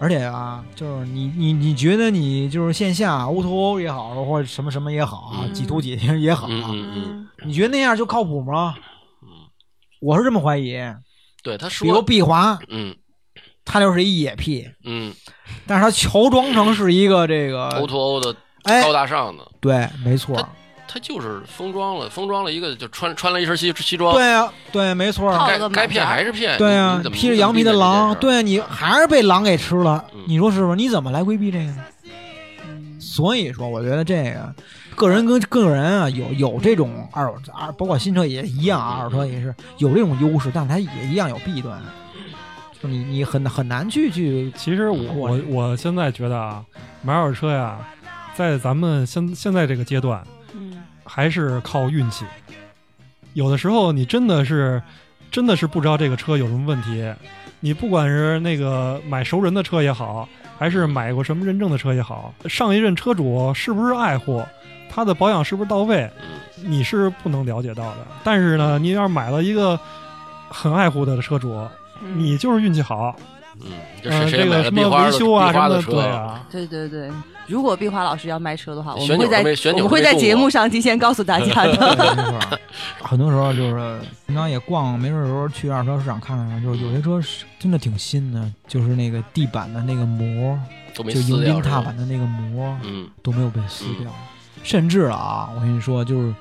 Speaker 4: 而且啊，就是你你你觉得你就是线下 O to O 也好，或者什么什么也好啊，
Speaker 1: 嗯
Speaker 4: 几图几也好啊，
Speaker 1: 嗯嗯嗯，
Speaker 4: 你觉得那样就靠谱吗
Speaker 1: 嗯？
Speaker 4: 我是这么怀疑。
Speaker 1: 对，他
Speaker 4: 比如
Speaker 1: 说，
Speaker 4: 毕华，
Speaker 1: 嗯
Speaker 4: 他就是一野屁，
Speaker 1: 嗯
Speaker 4: 但是他乔装成是一个这
Speaker 1: ，O
Speaker 4: 个，
Speaker 1: to O 的
Speaker 4: 呃哎，
Speaker 1: 高大上的，
Speaker 4: 对，没错，
Speaker 1: 他就是封装了，封装了一个就穿穿了一身西西装，
Speaker 4: 对啊，对，没错，
Speaker 2: 套
Speaker 1: 该
Speaker 2: 了个马
Speaker 1: 该骗
Speaker 2: 甲
Speaker 1: 还是骗，
Speaker 4: 对
Speaker 1: 哎你
Speaker 4: 啊
Speaker 1: 你怎，么
Speaker 4: 披着羊皮的狼，，对啊你还是被狼给吃了
Speaker 1: 嗯，
Speaker 4: 你说是不是？你怎么来规避这个呢？
Speaker 2: 嗯
Speaker 4: 所以说，我觉得这个个人跟个人啊，有有这种二手二，包括新车也一样啊，二手车也是有这种优势，但它也一样有弊端，就是你你很很难去去
Speaker 3: 其实我我我现在觉得啊，买二手车呀，在咱们现现在这个阶段，
Speaker 2: 嗯
Speaker 3: 还是靠运气。有的时候你真的是，真的是不知道这个车有什么问题。你不管是那个买熟人的车也好，还是买过什么认证的车也好，上一任车主是不是爱护，他的保养是不是到位，
Speaker 1: 嗯
Speaker 3: 你是不能了解到的。但是呢，你要是买了一个很爱护的车主，
Speaker 2: 嗯
Speaker 3: 你就是运气好。
Speaker 1: 嗯，
Speaker 4: 呃
Speaker 1: 这谁
Speaker 3: 嗯，
Speaker 1: 谁
Speaker 3: 这
Speaker 1: 买
Speaker 3: 个
Speaker 1: 了
Speaker 3: 什
Speaker 1: 壁
Speaker 3: 么
Speaker 1: 花
Speaker 3: 维
Speaker 1: 的
Speaker 3: 修啊
Speaker 1: 壁
Speaker 3: 什
Speaker 1: 花
Speaker 3: 么
Speaker 1: 的
Speaker 3: 的，
Speaker 1: 车，
Speaker 3: 对啊，
Speaker 2: 对对对，如果毕华老师要卖车的话，我
Speaker 1: 旋钮
Speaker 2: 们会
Speaker 1: 都
Speaker 2: 在
Speaker 1: 没旋
Speaker 2: 我
Speaker 1: 钮
Speaker 2: 们
Speaker 1: 都
Speaker 2: 会
Speaker 1: 没
Speaker 2: 在
Speaker 1: 动
Speaker 2: 节
Speaker 1: 过
Speaker 2: 目上提前告诉大家 的。
Speaker 4: 对没错儿很多时候就是，平常也逛，没事儿的时候去二手车市场看看，就是有些车是真的挺新的，就是那个地板的那个膜，
Speaker 1: 都没
Speaker 4: 就
Speaker 1: 撕
Speaker 4: 迎宾
Speaker 1: 掉，
Speaker 4: 踏
Speaker 1: 是
Speaker 4: 板
Speaker 1: 吧
Speaker 4: 的那个膜
Speaker 1: 嗯
Speaker 4: 都没有被撕掉，
Speaker 3: 嗯
Speaker 4: 甚至啊，我跟你说，就是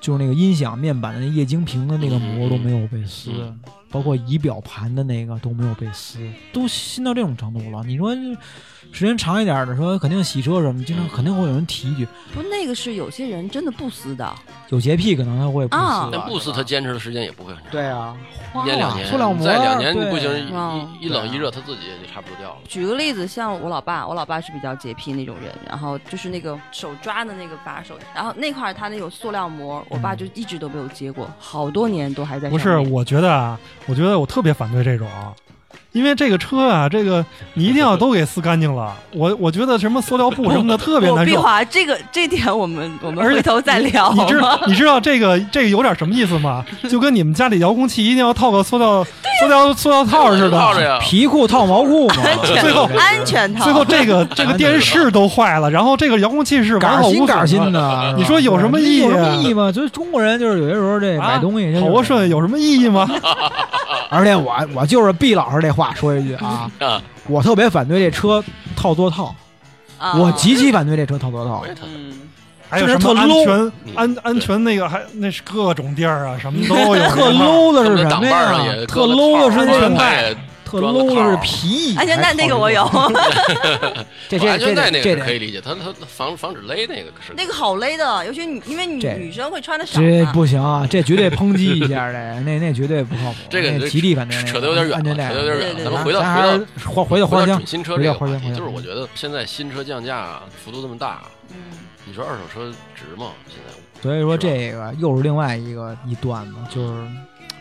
Speaker 4: 就是那个音响面板的那液晶屏的那个膜都没有被撕，
Speaker 1: 嗯
Speaker 4: 包括仪表盘的那个都没有被撕，都新到这种程度了。你说时间长一点儿的时候，肯定洗车什么，经
Speaker 3: 嗯
Speaker 4: 常肯定会有人提一句，
Speaker 2: 不，那个是有些人真的不撕的，
Speaker 4: 有洁癖可能他会不撕
Speaker 2: 啊
Speaker 4: 啊，
Speaker 1: 但不撕他坚持的时间也不会很长，
Speaker 4: 对啊，
Speaker 1: 一
Speaker 4: 花
Speaker 1: 年两
Speaker 4: 了，
Speaker 1: 年，
Speaker 4: 塑料膜
Speaker 1: 再两年不行，
Speaker 4: 对
Speaker 2: 嗯
Speaker 1: 一一一冷一热，它自己也就差不多掉了。
Speaker 2: 举个例子，像我老爸，我老爸是比较洁癖那种人，然后就是那个手抓的那个把手，然后那块儿他那有塑料膜，我爸就一直都没有揭过，好多年都还在
Speaker 3: 不
Speaker 2: 上
Speaker 3: 是，
Speaker 2: 面。
Speaker 3: 我觉得啊，我觉得我特别反对这种，因为这个车啊，这个你一定要都给撕干净了。我我觉得什么塑料布什么的特别
Speaker 2: 我
Speaker 3: 难
Speaker 2: 毕
Speaker 3: 受。
Speaker 2: 华这个这点我们我们
Speaker 3: 而且
Speaker 2: 回头再聊
Speaker 3: 你知
Speaker 2: 好吗？
Speaker 3: 你知道这个这个有点什么意思吗？就跟你们家里遥控器一定要套个塑料塑料塑料套似
Speaker 1: 啊套着
Speaker 3: 的。
Speaker 1: 呀，
Speaker 4: 皮裤套毛裤嘛，
Speaker 3: 最后
Speaker 2: 安全套，
Speaker 3: 最后这个这个电视都坏 了，然后这个遥控器是完
Speaker 4: 杆
Speaker 3: 好
Speaker 4: 新
Speaker 3: 无
Speaker 4: 杆
Speaker 3: 损
Speaker 4: 新
Speaker 3: 的。
Speaker 4: 的，
Speaker 3: 你说有什么意义啊
Speaker 4: 有什么意义吗？就是中国人就是有些时候这买东西真是
Speaker 3: 好过顺有什么意义吗？
Speaker 4: 而且我我就是毕老师这话说一句啊，
Speaker 1: 啊，
Speaker 4: 我特别反对这车套座套，
Speaker 2: 啊
Speaker 4: 我极其反对这车套座套
Speaker 1: 我。也特
Speaker 2: 嗯
Speaker 3: 还有什
Speaker 4: 这
Speaker 3: 么
Speaker 4: 人特
Speaker 3: 安
Speaker 4: low
Speaker 3: 全
Speaker 1: 嗯
Speaker 3: 安安全那个还那是各种地儿啊，什么都有。
Speaker 4: 特 low 的是什
Speaker 1: 挡
Speaker 4: 么
Speaker 1: 把上也
Speaker 4: 呀？特
Speaker 1: 搁了
Speaker 4: low 的
Speaker 1: 套
Speaker 4: 是
Speaker 1: 儿安
Speaker 4: 那种
Speaker 1: 全带
Speaker 4: 特
Speaker 1: 装个
Speaker 4: low
Speaker 1: 套
Speaker 4: 的
Speaker 1: 儿
Speaker 4: 是皮衣，
Speaker 2: 而且那
Speaker 4: 还
Speaker 2: 那
Speaker 4: 套
Speaker 2: 个我
Speaker 4: 着
Speaker 2: 有，
Speaker 4: 这
Speaker 1: 我
Speaker 4: 这
Speaker 1: 安全
Speaker 4: 这
Speaker 1: 带啊
Speaker 4: 这
Speaker 1: 那
Speaker 4: 这
Speaker 1: 个是可以
Speaker 4: 得
Speaker 1: 理解，它它防防止勒那个是
Speaker 2: 那个好勒的，尤其你因为女
Speaker 4: 这
Speaker 2: 女生会穿的少
Speaker 4: 这
Speaker 2: 嘛。
Speaker 4: 不行啊，这绝对抨击一下的，那那绝对不靠谱。
Speaker 1: 这个
Speaker 4: 那
Speaker 1: 就
Speaker 4: 极力反对那个
Speaker 1: 扯得有点远
Speaker 4: 安全
Speaker 1: 了
Speaker 4: 带
Speaker 1: 扯得有点
Speaker 2: 远了
Speaker 4: 对对
Speaker 2: 咱们
Speaker 4: 对
Speaker 1: 回到
Speaker 4: 咱
Speaker 1: 回
Speaker 4: 还
Speaker 1: 到
Speaker 4: 是回回到花
Speaker 1: 回到
Speaker 4: 香
Speaker 1: 准新车
Speaker 4: 回
Speaker 1: 这
Speaker 4: 到
Speaker 1: 个
Speaker 4: 花
Speaker 1: 话
Speaker 4: 香
Speaker 1: 题，
Speaker 4: 花
Speaker 1: 就是
Speaker 4: 香
Speaker 1: 我觉得现在新车降价幅度这么大，
Speaker 2: 嗯
Speaker 1: 你说二手车值吗？现在
Speaker 4: 所以说
Speaker 1: 是吧
Speaker 4: 这个又是另外一个一段子，就是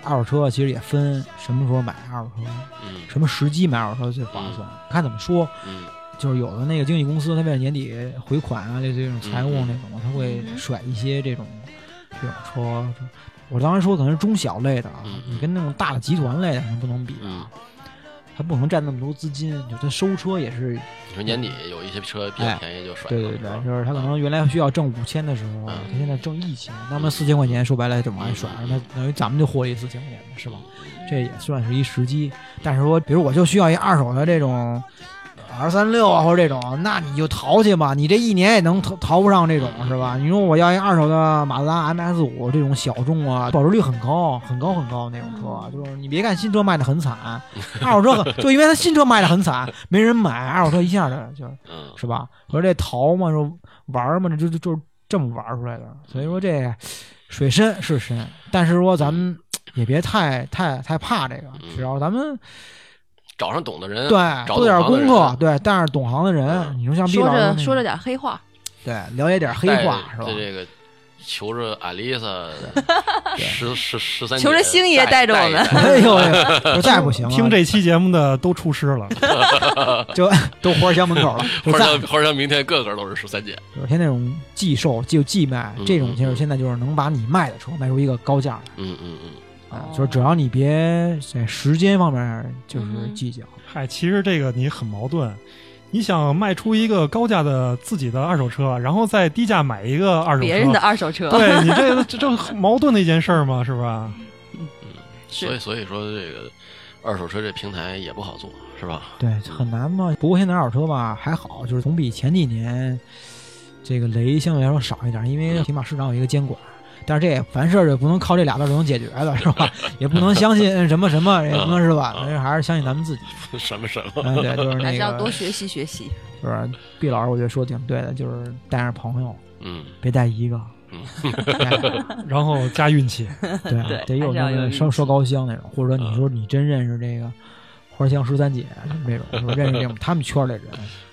Speaker 4: 二手车其实也分什么时候买二手车，
Speaker 1: 嗯
Speaker 4: 什么时机买二手车最划算，看怎么说。
Speaker 1: 嗯
Speaker 4: 就是有的那个经纪公司，他为了年底回款啊，这这种财务那种，他会
Speaker 2: 嗯
Speaker 4: 甩一些这种这种车。我当时说可能是中小类的啊，
Speaker 1: 嗯
Speaker 4: 你跟那种大的集团类的可能不能比
Speaker 1: 嗯
Speaker 4: 啊，，他不可能占那么多资金，就他收车也是，
Speaker 1: 你说年底有一些车比较便宜就甩
Speaker 4: 哎对
Speaker 1: 了，
Speaker 4: 对
Speaker 1: 是吧
Speaker 4: 对，就是他可能原来需要挣五千的时候，
Speaker 1: 嗯
Speaker 4: 他现在挣一千，那么四千块钱说白了就往外甩，那等于咱们就获利四千块钱嘛，是吧？这也算是一时机。但是说，比如我就需要一二手的这种二三六啊，或者这种，那你就淘去吧，你这一年也能淘淘不上这种，
Speaker 1: 嗯
Speaker 4: 是吧？你说我要一二手的马自达 MS 五这种小众啊，保值率很高，很高很高那种
Speaker 1: 嗯
Speaker 4: 车，啊就是你别看新车卖的很惨，二手车很就因为它新车卖的很惨，没人买，二手车一下的就
Speaker 1: 嗯
Speaker 4: 是吧？和这淘嘛，说玩儿嘛，这就就就是这么玩儿出来的。所以说这水深是深，但是说咱们也别太太太怕这个，
Speaker 1: 嗯
Speaker 4: 只要咱们
Speaker 1: 找上懂的人，
Speaker 4: 对
Speaker 1: 找
Speaker 4: 做点
Speaker 1: 懂行的
Speaker 4: 功
Speaker 1: 人
Speaker 4: 课，对，但是懂行的人，
Speaker 1: 嗯
Speaker 4: 你说像毕
Speaker 2: 说
Speaker 4: 老师那
Speaker 2: 着
Speaker 4: 种
Speaker 2: 说着点黑话，
Speaker 4: 对了解点黑话
Speaker 1: 带
Speaker 4: 是吧
Speaker 1: 哎对？ 这个求着阿丽萨十十十三姐，
Speaker 2: 求着星爷带
Speaker 1: 带
Speaker 2: 着我们
Speaker 1: 带 一带
Speaker 4: 哎呦喂，不再不
Speaker 2: 啊
Speaker 4: 行了，
Speaker 3: 听这期节目的都出师了，
Speaker 4: 就都花香 门口了，就
Speaker 1: 花
Speaker 4: 再
Speaker 1: 香花香明天个个都是十三姐，
Speaker 4: 有些那种寄售就寄卖
Speaker 1: 嗯
Speaker 4: 这种，
Speaker 1: 嗯
Speaker 4: 就是
Speaker 1: 嗯
Speaker 4: 现在就是能把你卖的车卖出一个高价来。
Speaker 1: 嗯嗯嗯，
Speaker 4: 啊
Speaker 2: 哦，
Speaker 4: 就是只要你别在时间方面就是
Speaker 2: 嗯哼
Speaker 4: 计较，
Speaker 3: 嗨，哎其实这个你很矛盾。你想卖出一个高价的自己的二手车，然后再低价买一个二手车，
Speaker 2: 别人的二手车，
Speaker 3: 对你这这这很矛盾的一件事儿嘛，是吧？
Speaker 1: 所以所以说这个二手车这平台也不好做，是吧？
Speaker 4: 对，很难嘛。不过现在二手车吧还好，就是总比前几年这个雷相对来说少一点，因为起码市场有一个监管。但是这也凡事就不能靠这俩字儿就能解决的，是吧？ 也不能相信什么什么，也不能是
Speaker 1: 嗯
Speaker 4: 吧？
Speaker 1: 嗯
Speaker 4: 但是还是相信咱们自己。
Speaker 1: 什么什么，
Speaker 4: 嗯，对，就是
Speaker 2: 还
Speaker 4: 那
Speaker 2: 是要多
Speaker 4: 个，
Speaker 2: 学习学 习。
Speaker 4: 就是毕老师，我觉得说挺对的，就是带上朋友，
Speaker 1: 嗯
Speaker 4: 别带一个，带俩
Speaker 3: 然后加运气，
Speaker 4: 对，啊得有
Speaker 2: 还是要
Speaker 4: 那
Speaker 2: 有
Speaker 4: 个
Speaker 2: 运
Speaker 4: 烧
Speaker 2: 气
Speaker 4: 烧高香那种，或者说你说你真认识这个花香十三姐那种，是吧认识这种他们圈儿里人，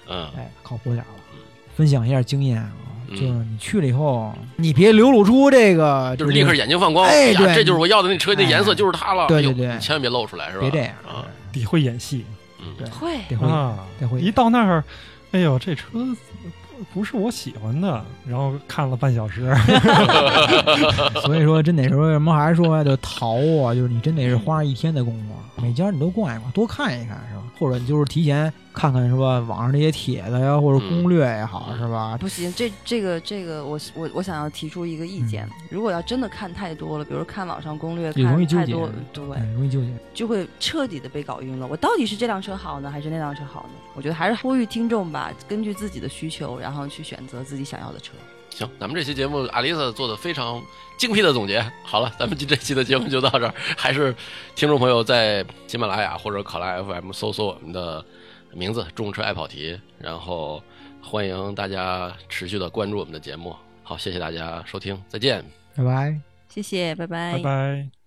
Speaker 1: 嗯，
Speaker 4: 哎，靠谱点儿了，分享一下经验啊，
Speaker 1: 嗯
Speaker 4: 就是你去了以后，你别流露出这个，
Speaker 1: 就是立刻眼睛放光，
Speaker 4: 哎
Speaker 1: 呀
Speaker 4: 对
Speaker 1: 这就是我要的那车，那
Speaker 4: 哎
Speaker 1: 颜色就是它了，
Speaker 4: 对对
Speaker 1: 哎呦
Speaker 4: 对
Speaker 1: 你千万别露出来，是吧？
Speaker 4: 别这样，
Speaker 1: 啊，
Speaker 3: 得会演戏
Speaker 1: 嗯，
Speaker 4: 对
Speaker 2: 会，
Speaker 4: 得会
Speaker 3: 啊
Speaker 4: 得会。
Speaker 3: 一到那儿，哎呦，这车不不是我喜欢的，然后看了半小时，
Speaker 4: 所以说，真得说什么还是说呀，就淘啊，就是你真得是花上一天的功
Speaker 1: 嗯
Speaker 4: 夫，啊每家你都逛一逛，多看一看是吧？或者你就是提前看看是吧，网上这些帖子呀，或者攻略也
Speaker 1: 嗯
Speaker 4: 好是吧？
Speaker 2: 不行，这这个这个，我我我想要提出一个
Speaker 4: 嗯
Speaker 2: 意见，如果要真的看太多了，比如看网上攻略
Speaker 4: 也容
Speaker 2: 看
Speaker 4: 易纠
Speaker 2: 太
Speaker 4: 结
Speaker 2: 多，对，
Speaker 4: 嗯，容易纠结。
Speaker 2: 就会彻底的被搞晕了。我到底是这辆车好呢，还是那辆车好呢？我觉得还是呼吁听众吧，根据自己的需求，然后去选择自己想要的车。
Speaker 1: 行，咱们这期节目阿丽萨做的非常精辟的总结。好了，咱们这期的节目就到这儿。 还是听众朋友在喜马拉雅或者考拉 FM 搜索我们的名字“众车爱跑题”，然后欢迎大家持续的关注我们的节目。好，谢谢大家收听，再见。
Speaker 4: 拜拜。
Speaker 2: 谢谢，拜拜
Speaker 3: 拜拜。